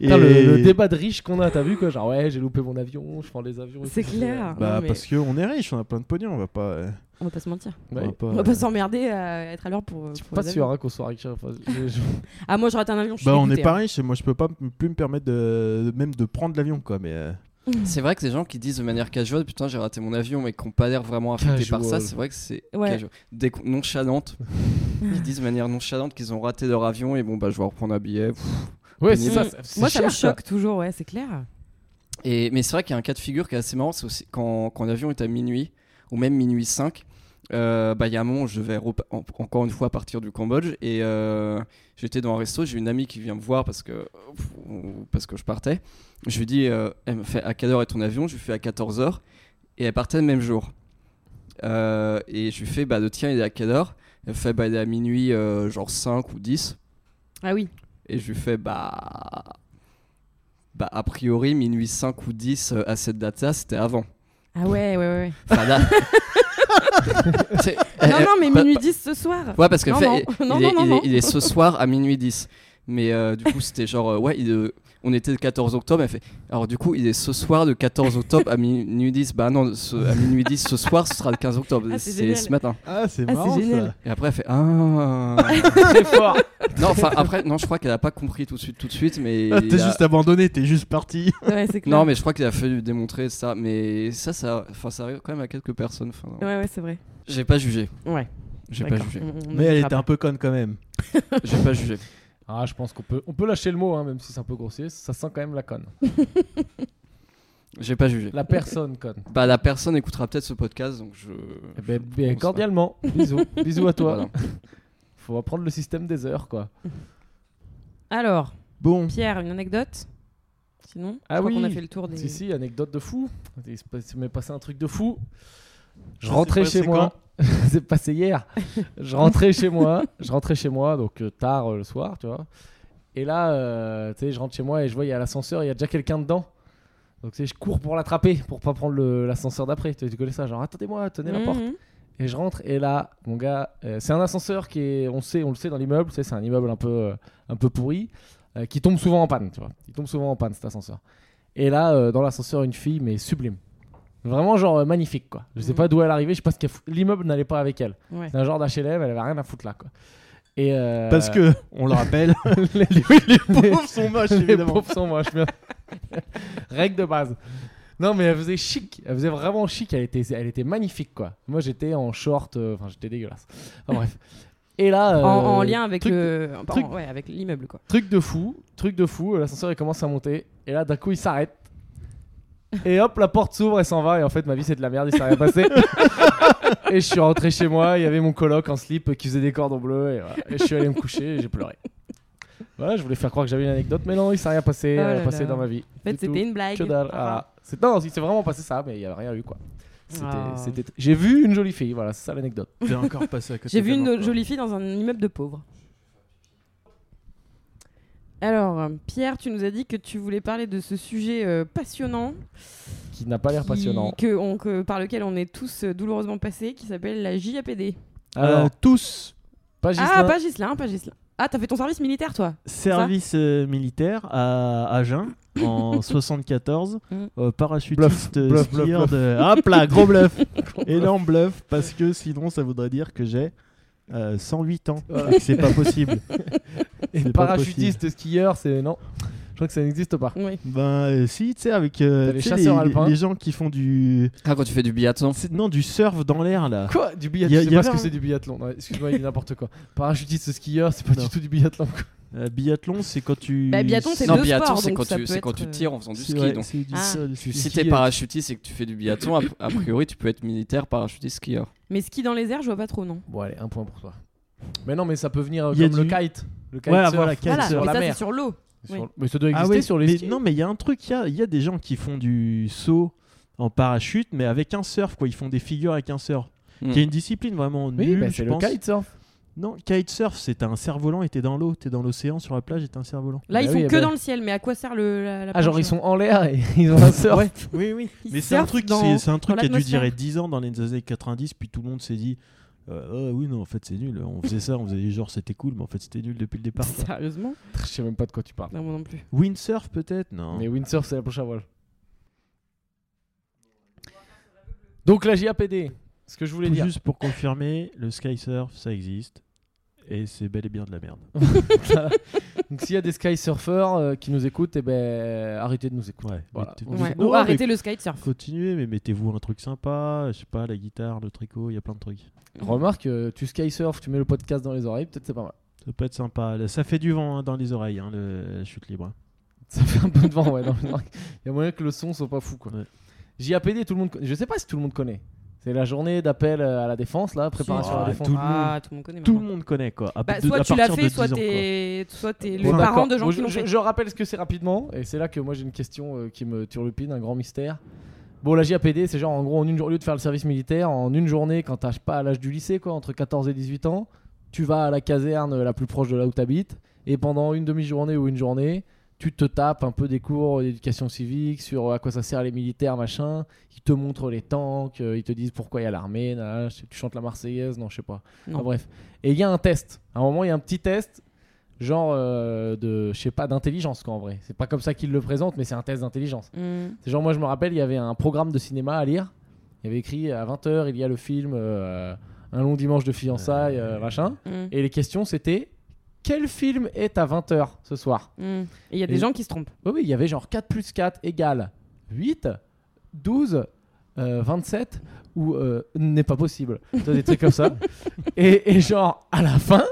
S1: Et
S3: Putain, le, le débat de riche qu'on a, t'as vu quoi Genre, ouais, j'ai loupé mon avion, je prends les avions. et
S4: C'est
S3: tout.
S4: clair.
S1: Bah
S4: Ah Non, mais
S1: parce qu'on est riche, on a plein de pognon, on va pas. euh,
S4: On va pas se mentir.
S1: on va
S3: Ouais.
S1: pas,
S4: On
S1: euh,
S4: va pas s'emmerder à être à l'heure pour.
S3: Je suis
S4: pour
S3: pas
S4: les
S3: sûr
S4: avions.
S3: hein, qu'on soit riche. Enfin, je- je-
S4: Ah, moi, je rate un avion, je suis
S1: Bah on est
S4: dégoûtée,
S1: pas
S4: hein.
S1: riche et moi je peux pas m- plus me permettre de même de prendre l'avion quoi mais euh,
S2: C'est vrai que ces gens qui disent de manière casual, putain, j'ai raté mon avion, mais qui n'ont pas l'air vraiment affectés par ça,
S3: Casual.
S2: c'est vrai que c'est
S4: Ouais.
S2: casual. Des con- nonchalantes, qui disent de manière nonchalante qu'ils ont raté leur avion et bon, bah je vais reprendre un billet. pff.
S3: Ouais, c'est
S4: Mmh.
S3: ça. c'est-
S4: Moi,
S3: c'est
S4: ça me
S3: cher,
S4: choque toujours, ouais, c'est clair.
S2: Et, mais c'est vrai qu'il y a un cas de figure qui est assez marrant, c'est aussi quand, quand l'avion est à minuit, ou même minuit 5, euh, bah, il y a un moment où je vais encore une fois partir du Cambodge, et euh, j'étais dans un resto, j'ai une amie qui vient me voir parce que, parce que je partais. Je lui dis, euh, elle me fait à quelle heure est ton avion Je lui fais à 14h, et elle partait le même jour. Euh, et je lui fais, bah, le tien il est à quelle heure Elle me fait, bah, il est à minuit euh, genre 5 ou 10.
S4: Ah oui.
S2: Et je lui fais bah. Bah, a priori, minuit 5 ou 10 euh, à cette date-là, c'était avant.
S4: Ah ouais, ouais, ouais.
S2: Enfin, là. C'est-
S4: ouais. non,
S2: elle-
S4: non, mais
S2: bah-
S4: minuit 10 ce soir.
S2: Ouais, parce qu'elle
S4: Non,
S2: fait.
S4: non.
S2: il-
S4: Non,
S2: il, est,
S4: non, non,
S2: il est-
S4: non.
S2: il est ce soir à minuit 10. Mais euh, du coup, c'était genre, euh, ouais, il, euh, on était le 14 octobre. Elle fait, alors du coup, il est ce soir, le 14 octobre, à minuit 10. Bah non, ce- à minuit 10, ce soir, ce sera le 15 octobre.
S4: Ah, c'est
S2: c'est
S4: génial.
S2: ce matin.
S1: Ah, c'est
S4: Ah, c'est
S1: marrant
S4: génial.
S1: ça.
S2: Et après, elle fait, ah.
S3: Très fort.
S2: non, enfin, après, non, je crois qu'elle a pas compris tout de suite, tout de suite, mais.
S1: Ah, t'es
S2: il a-
S1: juste abandonné, t'es juste parti.
S4: Ouais, c'est clair.
S2: Non, mais je crois qu'il a fallu démontrer ça. Mais ça, ça, enfin, ça arrive quand même à quelques personnes. Enfin,
S4: Ouais, ouais, c'est vrai.
S2: J'ai pas jugé.
S4: Ouais.
S2: J'ai pas
S4: d'accord.
S2: jugé.
S4: On- on
S1: Mais elle
S4: notera
S1: était un peu conne quand même.
S2: J'ai pas jugé.
S3: Ah, je pense qu'on peut, on peut lâcher le mot, hein, même si c'est un peu grossier. Ça sent quand même la conne.
S2: J'ai pas jugé.
S3: La personne conne.
S2: Bah, la personne écoutera peut-être ce podcast, donc je.
S3: Eh ben,
S2: je
S3: bien,
S2: pense pas.
S3: cordialement. Bisous. Bisous à toi.
S2: Voilà.
S3: Faut apprendre le système des heures, quoi.
S4: pas. Alors,
S1: Bon,
S4: Pierre, une anecdote Sinon,
S3: Ah
S4: je crois
S3: oui.
S4: qu'on a fait le tour des.
S3: Si, si, anecdote de fou. Il se passe- il m'est passé un truc de fou. Je
S1: Ça
S3: rentrais
S1: s'est passé
S3: chez moi. C'est passé hier. je rentrais chez moi. Je rentrais chez moi, donc euh, tard euh, le soir, tu vois. Et là, euh, tu sais, je rentre chez moi et je vois, il y a l'ascenseur, il y a déjà quelqu'un dedans. Donc, tu sais, je cours pour l'attraper, pour pas prendre le- l'ascenseur d'après. Tu tu connais ça, genre, attendez-moi, tenez la
S4: Mhm.
S3: porte. Et je rentre et là, mon gars, euh, c'est un ascenseur qui est, on le sait, on le sait dans l'immeuble, tu sais, c'est un immeuble un peu, euh, un peu pourri, euh, qui tombe souvent en panne, tu vois. Il tombe souvent en panne cet ascenseur. Et là, euh, dans l'ascenseur, une fille, mais sublime. Vraiment, genre euh, magnifique, quoi. Je sais
S4: Mhm.
S3: pas d'où elle arrivait, je sais pas ce qu'elle fout- L'immeuble n'allait pas avec elle.
S4: Ouais.
S3: C'est un genre d'HLM, elle avait rien à foutre là, quoi. Et euh,
S1: parce que, on le rappelle,
S3: les,
S1: les pauvres sont moches
S3: les
S1: évidemment.
S3: pauvres sont moches, bien. Règle de base. Non, mais elle faisait chic. Elle faisait vraiment chic. Elle était, elle était magnifique, quoi. Moi, j'étais en short. euh, Enfin, j'étais dégueulasse. Enfin, bref. Et là.
S4: En, en
S3: euh,
S4: lien avec
S3: truc-
S4: le. enfin,
S3: truc-
S4: ouais, avec l'immeuble, quoi.
S3: Truc de fou. Truc de fou. L'ascenseur, il commence à monter. Et là, d'un coup, il s'arrête. Et hop, la porte s'ouvre, elle s'en va. Et en fait, ma vie, c'est de la merde. Il s'est rien passé. et je suis rentré chez moi. Il y avait mon coloc en slip qui faisait des cordons bleus. Et, voilà. Et je suis allé me coucher et j'ai pleuré. Voilà, je voulais faire croire que j'avais une anecdote, mais non, il s'est rien passé,
S4: Oh
S3: euh,
S4: là
S3: passé
S4: là.
S3: dans ma vie.
S4: En fait,
S3: Du tout.
S4: c'était une blague.
S3: Tchodar,
S4: Ah.
S3: ah. C'est- Non, il s'est vraiment passé ça, mais il n'y a rien eu quoi. C'était-
S4: Ah.
S3: c'était- J'ai vu une jolie fille, voilà, c'est ça l'anecdote.
S1: T'es encore passé à côté.
S4: J'ai vu
S1: d'avant,
S4: une
S1: quoi.
S4: jolie fille dans un immeuble de pauvres. Alors, euh, Pierre, tu nous as dit que tu voulais parler de ce sujet euh, passionnant,
S3: Qui n'a pas l'air
S4: qui-
S3: passionnant.
S4: que on- que- par lequel on est tous euh, douloureusement passés, qui s'appelle la JAPD.
S1: Euh,
S3: Alors,
S1: tous
S3: pas
S4: Ah,
S3: Ghislain.
S4: pas Gislin, pas Gislin. Ah, t'as fait ton service militaire, toi
S1: service euh, militaire à Agen en 74,
S4: Mm.
S1: euh, parachutiste
S3: Bluff,
S1: euh,
S3: bluff,
S1: skieur
S3: bluff,
S1: de hop là, gros bluff, énorme bluff parce que sinon ça voudrait dire que j'ai euh, 108 ans
S3: Voilà.
S1: et que c'est pas possible.
S3: Et
S1: C'est pas
S3: parachutiste, skieur, c'est. Non, je crois que ça n'existe pas.
S4: Oui.
S1: Ben euh, si, tu sais avec euh,
S3: T'as les
S1: tu sais,
S3: chasseurs alpins.
S1: les gens qui font du
S2: Ah, quand tu fais du biathlon.
S1: c'est- non du surf dans l'air là.
S3: Quoi Du
S1: Y
S3: biathlon
S1: a-
S3: Je sais
S1: y
S3: pas
S1: avait
S3: ce que
S1: un-
S3: c'est du biathlon. Non, Excuse-moi, il est n'importe quoi. Parachutiste, skieur, c'est pas
S1: Non.
S3: du tout du biathlon. quoi.
S1: Euh, biathlon, c'est quand tu
S4: Bah, biathlon, c'est
S2: Non,
S4: deux
S2: biathlon,
S4: sports,
S2: c'est
S4: donc
S2: quand,
S4: ça
S2: tu,
S4: peut
S2: c'est quand
S4: être,
S2: tu
S4: euh,
S2: tires en faisant du
S1: C'est-
S2: ski.
S1: ouais,
S2: donc.
S1: c'est du
S4: Ah.
S1: sol, du
S2: Si
S1: ski,
S2: t'es
S1: euh,
S2: parachutiste et que tu fais du biathlon, a, a priori tu peux être militaire, parachutiste, skieur.
S4: Mais ski dans les airs, je vois pas trop, non
S3: Bon, allez, un point pour toi. Mais non, mais ça peut venir euh,
S1: Y a
S3: comme le
S1: du-
S3: kite. Le kite
S1: Ouais, voilà, kite
S4: Voilà,
S1: sur
S4: mais
S3: la Bah
S4: ça, c'est
S3: mer.
S4: sur l'eau. oui.
S3: Mais ça doit
S1: Ah
S3: exister
S1: ouais,
S3: sur les
S1: mais
S3: skis.
S1: Non, mais il y a un truc, il y a, il y a des gens qui font du saut en parachute, mais avec un surf, quoi. Ils font des figures avec un surf.
S2: Mm.
S1: Qui est une discipline vraiment
S3: Hmm. Oui,
S1: nulle,
S3: bah,
S1: je
S3: c'est le
S1: pense.
S3: kitesurf.
S1: Non, kitesurf, c'est un cerf-volant et t'es dans l'eau, t'es dans l'océan, sur la plage et t'es un cerf-volant.
S4: Là,
S3: Bah
S4: ils
S3: oui,
S4: sont
S3: eh
S4: que
S3: ben.
S4: dans le ciel, mais à quoi sert le, la, la
S3: Ah, genre,
S4: planche
S3: ils sont en l'air et ils ont un surf.
S1: Ouais, oui, oui.
S4: Ils
S1: Mais c'est un
S4: surfent
S1: truc,
S4: dans-
S1: c'est- c'est un truc qui a dû
S4: l'atmosphère.
S1: durer 10 ans dans les années 90, puis tout le monde s'est dit. euh, Ah oui non en fait c'est nul on faisait ça on faisait genre c'était cool mais en fait c'était nul depuis le départ quoi.
S4: Sérieusement
S3: Je sais même pas de quoi tu parles.
S4: Non, moi non plus.
S1: windsurf peut-être non
S3: Mais windsurf, c'est la prochaine voile. Donc la JAPD, ce que je voulais
S1: Tout
S3: dire.
S1: juste pour confirmer le sky surf ça existe et c'est bel et bien de la merde
S3: Donc s'il y a des sky surfers euh, qui nous écoutent, eh ben arrêtez de nous écouter.
S1: Ouais,
S3: Voilà.
S1: mettez-
S3: Ouais,
S1: mettez-
S4: Ou
S1: Non, mais
S4: Oh, arrêtez le kitesurf.
S1: Continuez, mais mettez-vous un truc sympa, je sais pas, la guitare, le tricot, il y a plein de trucs.
S3: Remarque, euh, tu sky surf, tu mets le podcast dans les oreilles, peut-être c'est pas mal.
S1: Ça peut être sympa. Là, Ça fait du vent hein, dans les oreilles, hein, le- la chute libre. hein.
S3: Ça fait un peu de vent, ouais. dans les oreilles. Il y a moyen que le son soit pas fou, quoi.
S1: Ouais.
S3: JAPD, tout le monde. con- Je sais pas si tout le monde connaît. C'est la journée d'appel euh, à la défense, là, préparation
S1: Si.
S3: à
S1: Ah,
S3: la défense.
S1: tout le
S4: Ah, tout le monde connaît.
S1: Tout le
S4: maintenant.
S1: monde connaît, quoi. À
S4: Bah,
S1: de- à
S4: soit tu l'as
S1: partir
S4: fait,
S1: de
S4: soit
S1: 10 ans, quoi.
S4: t'es soit t'es le
S3: Bon,
S4: parent
S3: d'accord.
S4: de gens
S3: Bon,
S4: qui
S3: je,
S4: l'ont
S3: je-
S4: fait.
S3: je rappelle ce que c'est rapidement, et c'est là que moi j'ai une question euh, qui me turlupine, un grand mystère. Bon, la JAPD, c'est genre en gros, en une, jour- au lieu de faire le service militaire, en une journée, quand t'as je sais pas à l'âge du lycée, quoi, entre 14 et 18 ans, tu vas à la caserne euh, la plus proche de là où t'habites, et pendant une demi-journée ou une journée, tu te tapes un peu des cours d'éducation civique sur euh, à quoi ça sert les militaires, machin. Ils te montrent les tanks, euh, ils te disent pourquoi il y a l'armée, nanana, je sais- tu chantes la Marseillaise, non, je sais pas.
S4: Non.
S3: Ah, bref. Et il y a un test. À un moment, il y a un petit test. genre euh, de, je sais pas, d'intelligence quoi en vrai. C'est pas comme ça qu'ils le présentent, mais c'est un test d'intelligence.
S4: Mm.
S3: C'est genre, moi je me rappelle, il y avait un programme de cinéma à lire. Il y avait écrit à 20h, il y a le film euh, Un long dimanche de fiançailles, euh, machin.
S4: Mm.
S3: Et les questions c'était Quel film est à 20h ce soir
S4: Mm. Et il y a
S3: Et-
S4: des gens qui se trompent.
S3: Oui, oui, il y avait genre 4 plus 4 égale 8, 12, euh, 27 ou euh, n'est pas possible. Tu vois, Des trucs comme ça. Et, et genre, à la fin,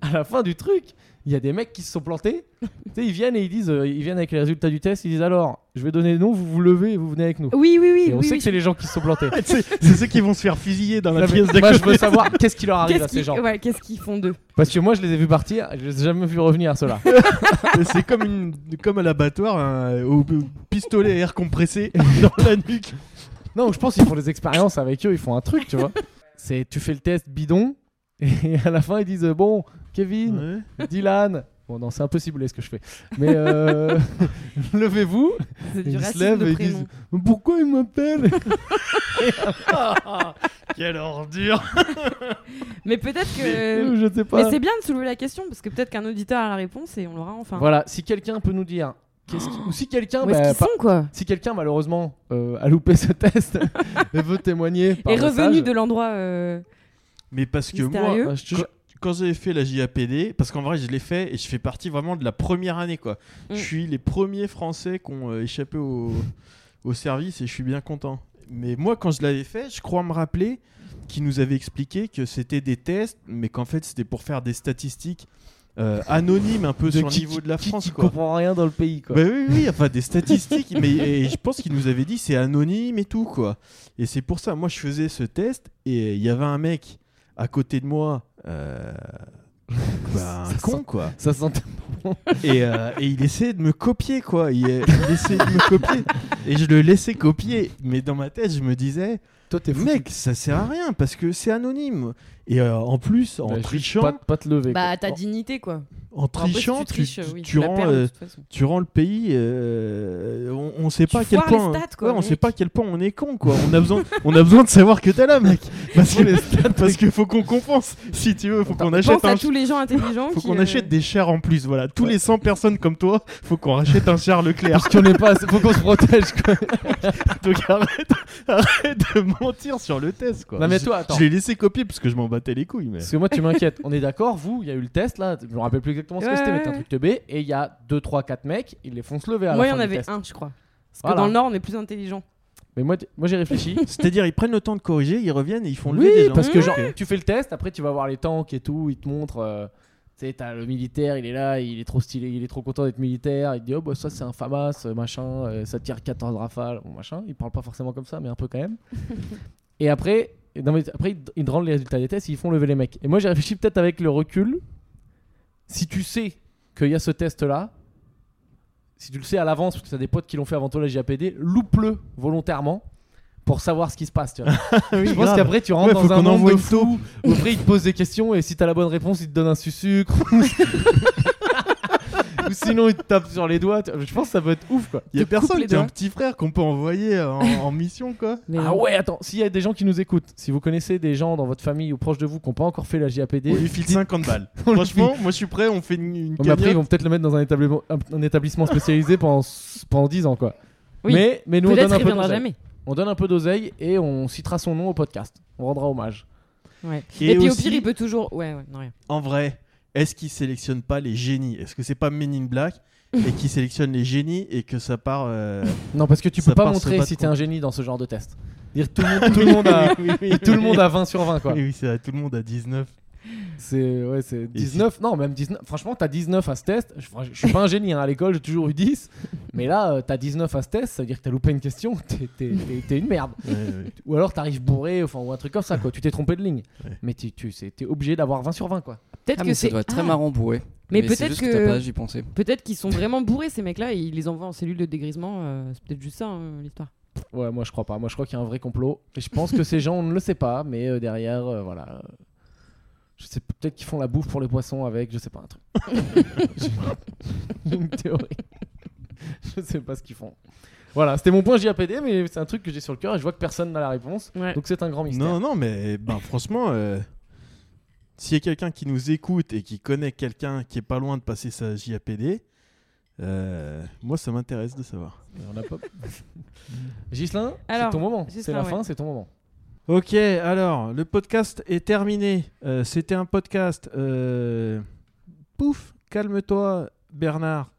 S3: à la fin du truc, il y a des mecs qui se sont plantés. Tu sais, ils viennent et ils disent, euh, ils viennent avec les résultats du test, ils disent alors, je vais donner le nom, vous vous levez et vous venez avec nous.
S4: Oui, oui, oui.
S3: et on
S4: oui,
S3: sait
S4: oui.
S3: que c'est les gens qui se sont plantés.
S1: c'est c'est ceux qui vont se faire fusiller dans la
S3: Non, mais
S1: pièce d'à
S3: moi, je
S1: côté.
S3: veux savoir qu'est-ce qui leur arrive à
S4: Qu'est-ce
S3: ces
S4: qu'ils
S3: gens.
S4: ouais, qu'est-ce qu'ils font d'eux
S3: Parce que moi, je les ai vus partir, je les ai jamais vus revenir, ceux-là.
S1: C'est comme, une- comme à l'abattoir, un- au pistolet à air compressé dans la nuque.
S3: Non, je pense qu'ils font des expériences avec eux, ils font un truc, tu vois. C'est tu fais le test bidon et à la fin ils disent euh, bon Kevin,
S1: Ouais.
S3: Dylan. Bon non, c'est un peu ciblé ce que je fais. Mais euh, levez-vous.
S4: C'est
S3: Ils
S4: du
S3: se
S4: racisme
S3: lèvent et
S4: de
S3: ils
S4: prénom.
S3: Mais Pourquoi ils m'appellent
S1: Quelle ordure
S4: Mais peut-être que.
S3: euh, Je sais
S4: Mais
S3: pas.
S4: c'est bien de soulever la question parce que peut-être qu'un auditeur a la réponse et on l'aura enfin.
S3: Voilà, si quelqu'un peut nous dire qu'est-ce qui- ou si quelqu'un
S4: Où est-ce
S3: bah,
S4: qu'ils
S3: pas-
S4: sont quoi
S3: si quelqu'un malheureusement euh, a loupé ce test et veut témoigner par
S4: Et revenu
S3: message,
S4: de l'endroit. euh,
S1: Mais parce que moi,
S4: Mystérieux.
S3: euh, je te-
S1: Quoi quand j'avais fait la JAPD, parce qu'en vrai je l'ai fait et je fais partie vraiment de la première année quoi.
S4: Mm.
S1: Je suis les premiers Français qui ont euh, échappé au, au service et je suis bien content. Mais moi quand je l'avais fait, je crois me rappeler qu'ils nous avaient expliqué que c'était des tests, mais qu'en fait c'était pour faire des statistiques euh, anonymes un peu
S3: de
S1: sur
S3: qui-
S1: le niveau de la
S3: qui-
S1: France
S3: qui
S1: quoi.
S3: comprend rien dans le pays quoi.
S1: Bah oui, oui, enfin des statistiques, mais et je pense qu'il nous avait dit c'est anonyme et tout quoi. Et c'est pour ça, moi je faisais ce test et il y avait un mec à côté de moi, euh, bah, un
S3: Ça
S1: con
S3: sent-
S1: quoi,
S3: Ça sent
S1: et, euh, et il essayait de me copier quoi, il, euh, il essayait de me copier et je le laissais copier, mais dans ma tête je me disais
S3: toi t'es
S1: mec ça sert à rien parce que c'est anonyme et euh, en plus en
S3: Bah, juste
S1: trichant,
S3: pas, pas te lever.
S4: Bah,
S3: quoi.
S4: ta dignité quoi.
S1: en
S4: Enfin, après, si
S1: trichant tu,
S4: triches,
S1: tu-
S4: oui,
S1: tu
S4: la
S1: rends
S4: perds, de
S1: euh,
S4: toute façon.
S1: tu rends le pays euh, on, on sait pas à quel
S4: foires les
S1: point
S4: stats, quoi,
S1: ouais, on
S4: mec.
S1: sait pas à quel point on est con quoi on a besoin on a besoin de savoir que t'as là mec parce que parce que faut qu'on compense si tu veux faut qu'on achète
S4: Pense
S1: un
S4: à tous les gens intelligents
S1: faut
S4: qui,
S1: qu'on
S4: euh,
S1: achète des chars en plus voilà tous les 100 personnes comme toi faut qu'on rachète un char Leclerc
S3: Parce qu'on est pas, assez- faut qu'on se protège quoi.
S1: donc arrête arrête de mentir sur le test quoi
S3: Non mais
S1: Je-
S3: toi, attends.
S1: je l'ai laissé copier parce que je m'en battais les couilles mais
S3: Parce que moi, tu m'inquiètes. On est d'accord, vous, il y a eu le test là. Je me rappelle plus exactement ce que
S4: Ouais,
S3: c'était, mais c'était un
S4: ouais.
S3: truc de B. Et il y a 2, 3, 4 mecs, ils les font se lever à
S4: Moi,
S3: la fin
S4: il y en
S3: du
S4: avait
S3: test.
S4: un, je crois. Parce que
S3: Voilà.
S4: dans le Nord, on est plus intelligent.
S3: Mais moi, t- moi j'ai réfléchi.
S1: c'est-à-dire ils prennent le temps de corriger ils reviennent et ils font
S3: oui,
S1: lever des gens
S3: parce que
S4: Mmh.
S3: genre, tu fais le test, après tu vas voir les tanks et tout, ils te montrent. euh, tu sais, t'as le militaire, il est là, il est trop stylé, il est trop content d'être militaire. Il te dit, oh, bah ça, c'est un FAMAS, euh, machin, euh, ça tire 14 rafales, bon, machin. Il parle pas forcément comme ça, mais un peu quand même. et après, et non, mais après, ils te- ils te rendent les résultats des tests, ils font lever les mecs. Et moi, j'ai réfléchi peut-être avec le recul. Si tu sais qu'il y a ce test-là, si tu le sais à l'avance, parce que t'as des potes qui l'ont fait avant toi la JAPD, loupe-le volontairement pour savoir ce qui se passe. Tu vois.
S1: Oui,
S3: Je pense
S1: grave.
S3: qu'après tu rentres
S1: Ouais, faut
S3: dans un
S1: qu'on
S3: monde
S1: envoie
S3: de
S1: une taupe.
S3: fou. où Après ils te posent des questions et si t'as la bonne réponse ils te donnent un sucre. Ou sinon ils te tapent sur les doigts. tu vois. Je pense que ça peut être ouf quoi.
S1: Il y a
S4: te coupe
S1: personne
S4: les
S1: qui a un
S4: doigts.
S1: petit frère qu'on peut envoyer en, en mission, quoi.
S4: Mais
S3: Ah ouais attends, s'il y a des gens qui nous écoutent, si vous connaissez des gens dans votre famille ou proches de vous qui n'ont pas encore fait la JAPD,
S1: On lui file 50 balles.
S3: on lui
S1: Franchement, moi je suis prêt, on fait une, une
S3: Non, mais après ils
S1: cagnotte.
S3: vont peut-être le mettre dans un établissement, un établissement spécialisé pendant, pendant 10 ans quoi.
S4: Oui.
S3: Mais, mais nous on donne
S4: Peut-être
S3: un
S4: qu'il
S3: peu
S4: reviendra
S3: d'oseille.
S4: jamais.
S3: On donne un peu d'oseille et on citera son nom au podcast. On rendra hommage.
S4: Ouais.
S1: Et
S4: Et, puis
S1: aussi-
S4: au pire, il peut toujours. Ouais, ouais, non, rien.
S1: En vrai, est-ce qu'ils sélectionnent pas les génies Est-ce que c'est pas Men in Black et qu'ils sélectionnent les génies et que ça part. euh,
S3: Non, parce que tu
S1: Ça
S3: peux pas
S1: part se
S3: montrer
S1: battre
S3: si t'es
S1: contre.
S3: un génie dans ce genre de test. Dire tout le monde, tout le monde a,
S1: oui, oui,
S3: et tout le monde à 20 sur 20 quoi.
S1: Oui, oui, c'est à tout le monde à 19.
S3: C'est ouais, c'est 19. Non, même 19. Franchement, t'as 19 à ce test. Je, je suis pas un génie hein, à l'école, j'ai toujours eu 10. Mais là, euh, t'as 19 à ce test, ça veut dire que t'as loupé une question, t'es- t'es t'es- t'es une merde.
S1: Ouais, ouais.
S3: Ou alors t'arrives bourré, enfin, ou un truc comme ça quoi. Tu t'es trompé de ligne.
S1: Ouais.
S3: Mais tu, tu c'est- t'es obligé d'avoir 20 sur 20 quoi.
S4: Peut-être
S2: Ah,
S4: que
S2: mais ça
S4: c'est.
S2: doit être très
S4: Ah,
S2: marrant bourré.
S4: Mais
S2: c'est
S4: peut-être
S2: juste
S4: que-
S2: t'as pas j'y pensais.
S4: Peut-être qu'ils sont vraiment bourrés ces mecs-là et ils les envoient en cellule de dégrisement. euh, c'est peut-être juste ça hein, l'histoire.
S3: Ouais, moi je crois pas. Moi je crois qu'il y a un vrai complot. Et je pense que ces gens, on ne le sait pas, mais euh, derrière, euh, voilà. euh, Je sais peut-être qu'ils font la bouffe pour les poissons avec, je sais pas, un truc. J'ai une théorie. je sais pas ce qu'ils font. Voilà, c'était mon point JAPD, mais c'est un truc que j'ai sur le cœur et je vois que personne n'a la réponse.
S4: Ouais.
S3: Donc c'est un grand mystère.
S1: Non, non, mais ben, franchement, euh, S'il y a quelqu'un qui nous écoute et qui connaît quelqu'un qui est pas loin de passer sa JAPD, euh, moi ça m'intéresse de savoir.
S3: Mais on a pas. Gislin, c'est
S4: Alors,
S3: ton moment.
S4: Ghislain,
S3: C'est la
S4: ouais.
S3: fin, c'est ton moment.
S1: Ok, alors le podcast est terminé. Euh, C'était un podcast. euh, Pouf, calme-toi, Bernard.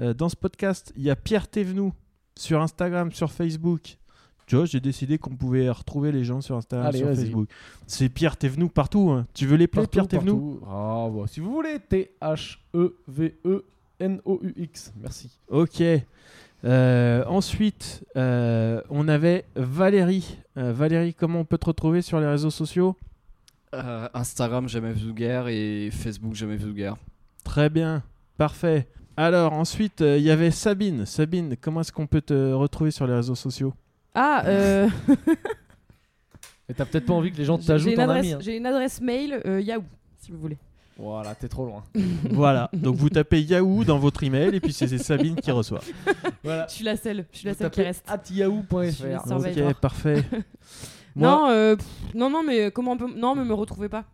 S1: Euh, dans ce podcast, il y a Pierre Thévenoud sur Instagram, sur Facebook. Tu vois, j'ai décidé qu'on pouvait retrouver les gens sur Instagram,
S3: Allez,
S1: sur
S3: vas-y.
S1: Facebook. C'est Pierre Thévenoud partout. hein. Tu veux les plaire,
S3: Partout,
S1: Pierre Thévenoud
S3: partout. Ah, bah, si vous voulez, E T-H-E-V-E-N-O-U-X. Merci.
S1: Ok. Euh, ensuite, euh, on avait Valérie. Euh, Valérie, comment on peut te retrouver sur les réseaux sociaux
S2: Euh, Instagram jamais vulgaire et Facebook jamais vulgaire.
S1: Très bien, parfait. Alors ensuite, euh, il y avait Sabine. Sabine, comment est-ce qu'on peut te retrouver sur les réseaux sociaux
S4: Ah, euh,
S3: Et t'as peut-être pas envie que les gens
S4: j'ai
S3: t'ajoutent
S4: une,
S3: en
S4: adresse-
S3: ami. hein.
S4: j'ai une adresse mail euh, Yahoo, si vous voulez.
S3: Voilà, t'es trop loin.
S1: Voilà, donc vous tapez Yahoo dans votre email et puis c'est Sabine qui reçoit.
S3: Voilà.
S4: Je suis la seule, je suis la
S3: Vous
S4: seule qui
S3: tapez
S4: reste.
S3: at
S4: Je suis la
S3: yahoo.fr.
S4: seule.
S1: Ok,
S4: Survivor.
S1: parfait. Moi,
S4: Non, euh, pff, non, non, mais comment on peut... Non, mais me retrouvez pas.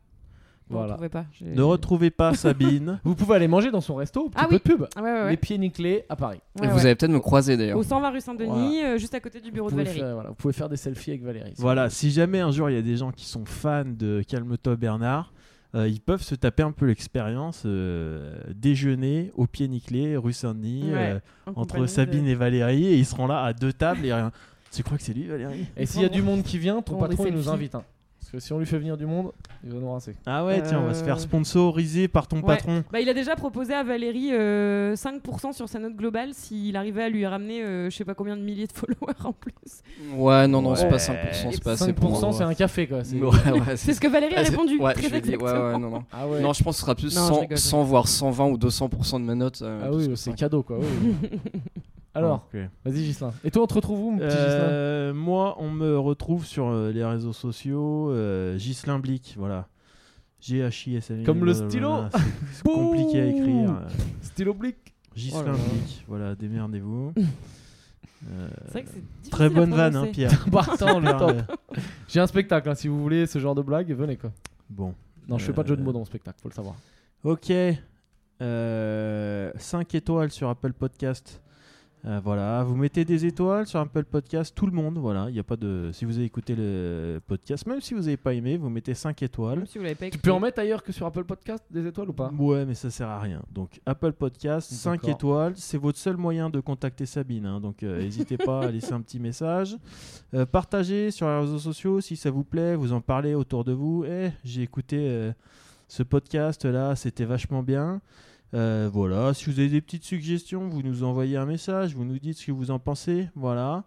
S4: Me
S3: Voilà.
S4: retrouvez pas. j'ai-
S1: ne retrouvez pas Sabine.
S3: Vous pouvez aller manger dans son resto, petit
S4: Ah
S3: peu
S4: oui.
S3: de pub.
S4: Ah ouais, ouais, ouais.
S3: Les pieds nickelés à Paris.
S4: Ouais,
S2: vous
S4: ouais.
S2: allez peut-être me croiser d'ailleurs.
S4: Au 120 rue Saint-Denis, euh, juste à côté du bureau
S3: Vous
S4: de
S3: pouvez,
S4: Valérie.
S3: faire, voilà, vous pouvez faire des selfies avec Valérie.
S1: voilà, si jamais un jour il y a des gens qui sont fans de Calme-toi Bernard, euh, ils peuvent se taper un peu l'expérience euh, déjeuner au pied nickelé, rue Saint-Denis,
S4: Ouais,
S1: euh,
S4: en compagnie
S1: entre
S4: de-
S1: Sabine et Valérie, et ils seront là à deux tables et rien. Tu crois que c'est lui Valérie
S3: Et s'il y a du monde qui vient, ton
S4: Prendre des
S3: patron il nous
S4: selfies.
S3: invite. hein. Parce que si on lui fait venir du monde, il va nous rincer.
S1: Ah ouais, tiens, on va se faire
S4: Euh.
S1: sponsoriser par ton
S4: Ouais.
S1: patron.
S4: Bah, il a déjà proposé à Valérie euh, 5% sur sa note globale s'il arrivait à lui ramener euh, je sais pas combien de milliers de followers en plus.
S2: Ouais, non, non, c'est
S1: Ouais.
S2: pas 5%, c'est pas assez pour
S3: 5% c'est un café quoi. c'est-
S2: Ouais, ouais,
S4: C'est ce que Valérie a
S2: Ah, c'est-
S4: répondu.
S2: Ouais,
S4: très
S2: je lui ai dit, ouais,
S4: exactement.
S2: ouais, non, non.
S3: Ah ouais.
S2: Non, je pense que ce sera plus
S4: Non, je
S2: 100,
S4: rigole.
S2: 100, voire 120 ou 200% de ma note. euh,
S3: Ah
S2: parce que
S3: oui, c'est cadeau quoi. oui, oui. Alors,
S1: Alors,
S3: vas-y Gislin. Et toi on te retrouve où mon petit Gislin
S1: Euh, moi, on me retrouve sur euh, les réseaux sociaux, euh, Ghislain Blic, voilà. g h i s l
S3: Comme le stylo.
S1: C'est compliqué à écrire. euh,
S3: Style oblique.
S1: Ghislain
S3: Oh là là.
S1: Blic, voilà, démerdez-vous. Euh,
S4: C'est vrai que c'est difficile
S1: très
S4: à
S1: bonne vanne, hein,
S4: prononcer.
S1: Pierre.
S3: Bah, attends, le
S1: Pierre,
S3: top.
S1: euh,
S3: J'ai un spectacle hein, si vous voulez ce genre de blague, venez quoi.
S1: bon.
S3: Non, je fais pas de jeu de
S1: Euh,
S3: mots dans mon spectacle, faut le savoir.
S1: Ok. 5 étoiles sur Apple Podcast. Euh, voilà, vous mettez des étoiles sur Apple Podcast, tout le monde, voilà, il y a pas de si vous avez écouté le podcast, même si vous n'avez pas aimé, vous mettez 5 étoiles.
S4: Même si vous l'avez pas
S3: Tu
S4: écouté.
S3: peux en mettre ailleurs que sur Apple Podcast des étoiles ou pas
S1: Ouais, mais ça sert à rien. Donc Apple Podcast, 5
S3: D'accord.
S1: étoiles, c'est votre seul moyen de contacter Sabine. hein. donc euh, n'hésitez pas à laisser un petit message. Euh, partagez sur les réseaux sociaux si ça vous plaît, vous en parlez autour de vous. Eh, j'ai écouté euh, ce podcast là, c'était vachement bien. Euh, voilà, si vous avez des petites suggestions, vous nous envoyez un message, vous nous dites ce que vous en pensez. Voilà.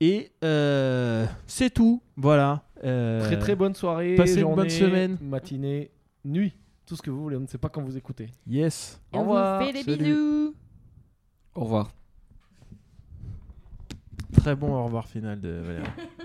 S1: Et euh, c'est tout. Voilà. Euh,
S3: Très très bonne soirée,
S1: passez une
S3: journée,
S1: bonne semaine.
S3: matinée, nuit, tout ce que vous voulez, on ne sait pas quand vous écoutez.
S1: Yes.
S4: Et
S3: Au
S4: on
S3: revoir.
S4: vous fait des
S3: Salut.
S4: bisous.
S2: Au revoir.
S1: Très bon au revoir final de Valérie.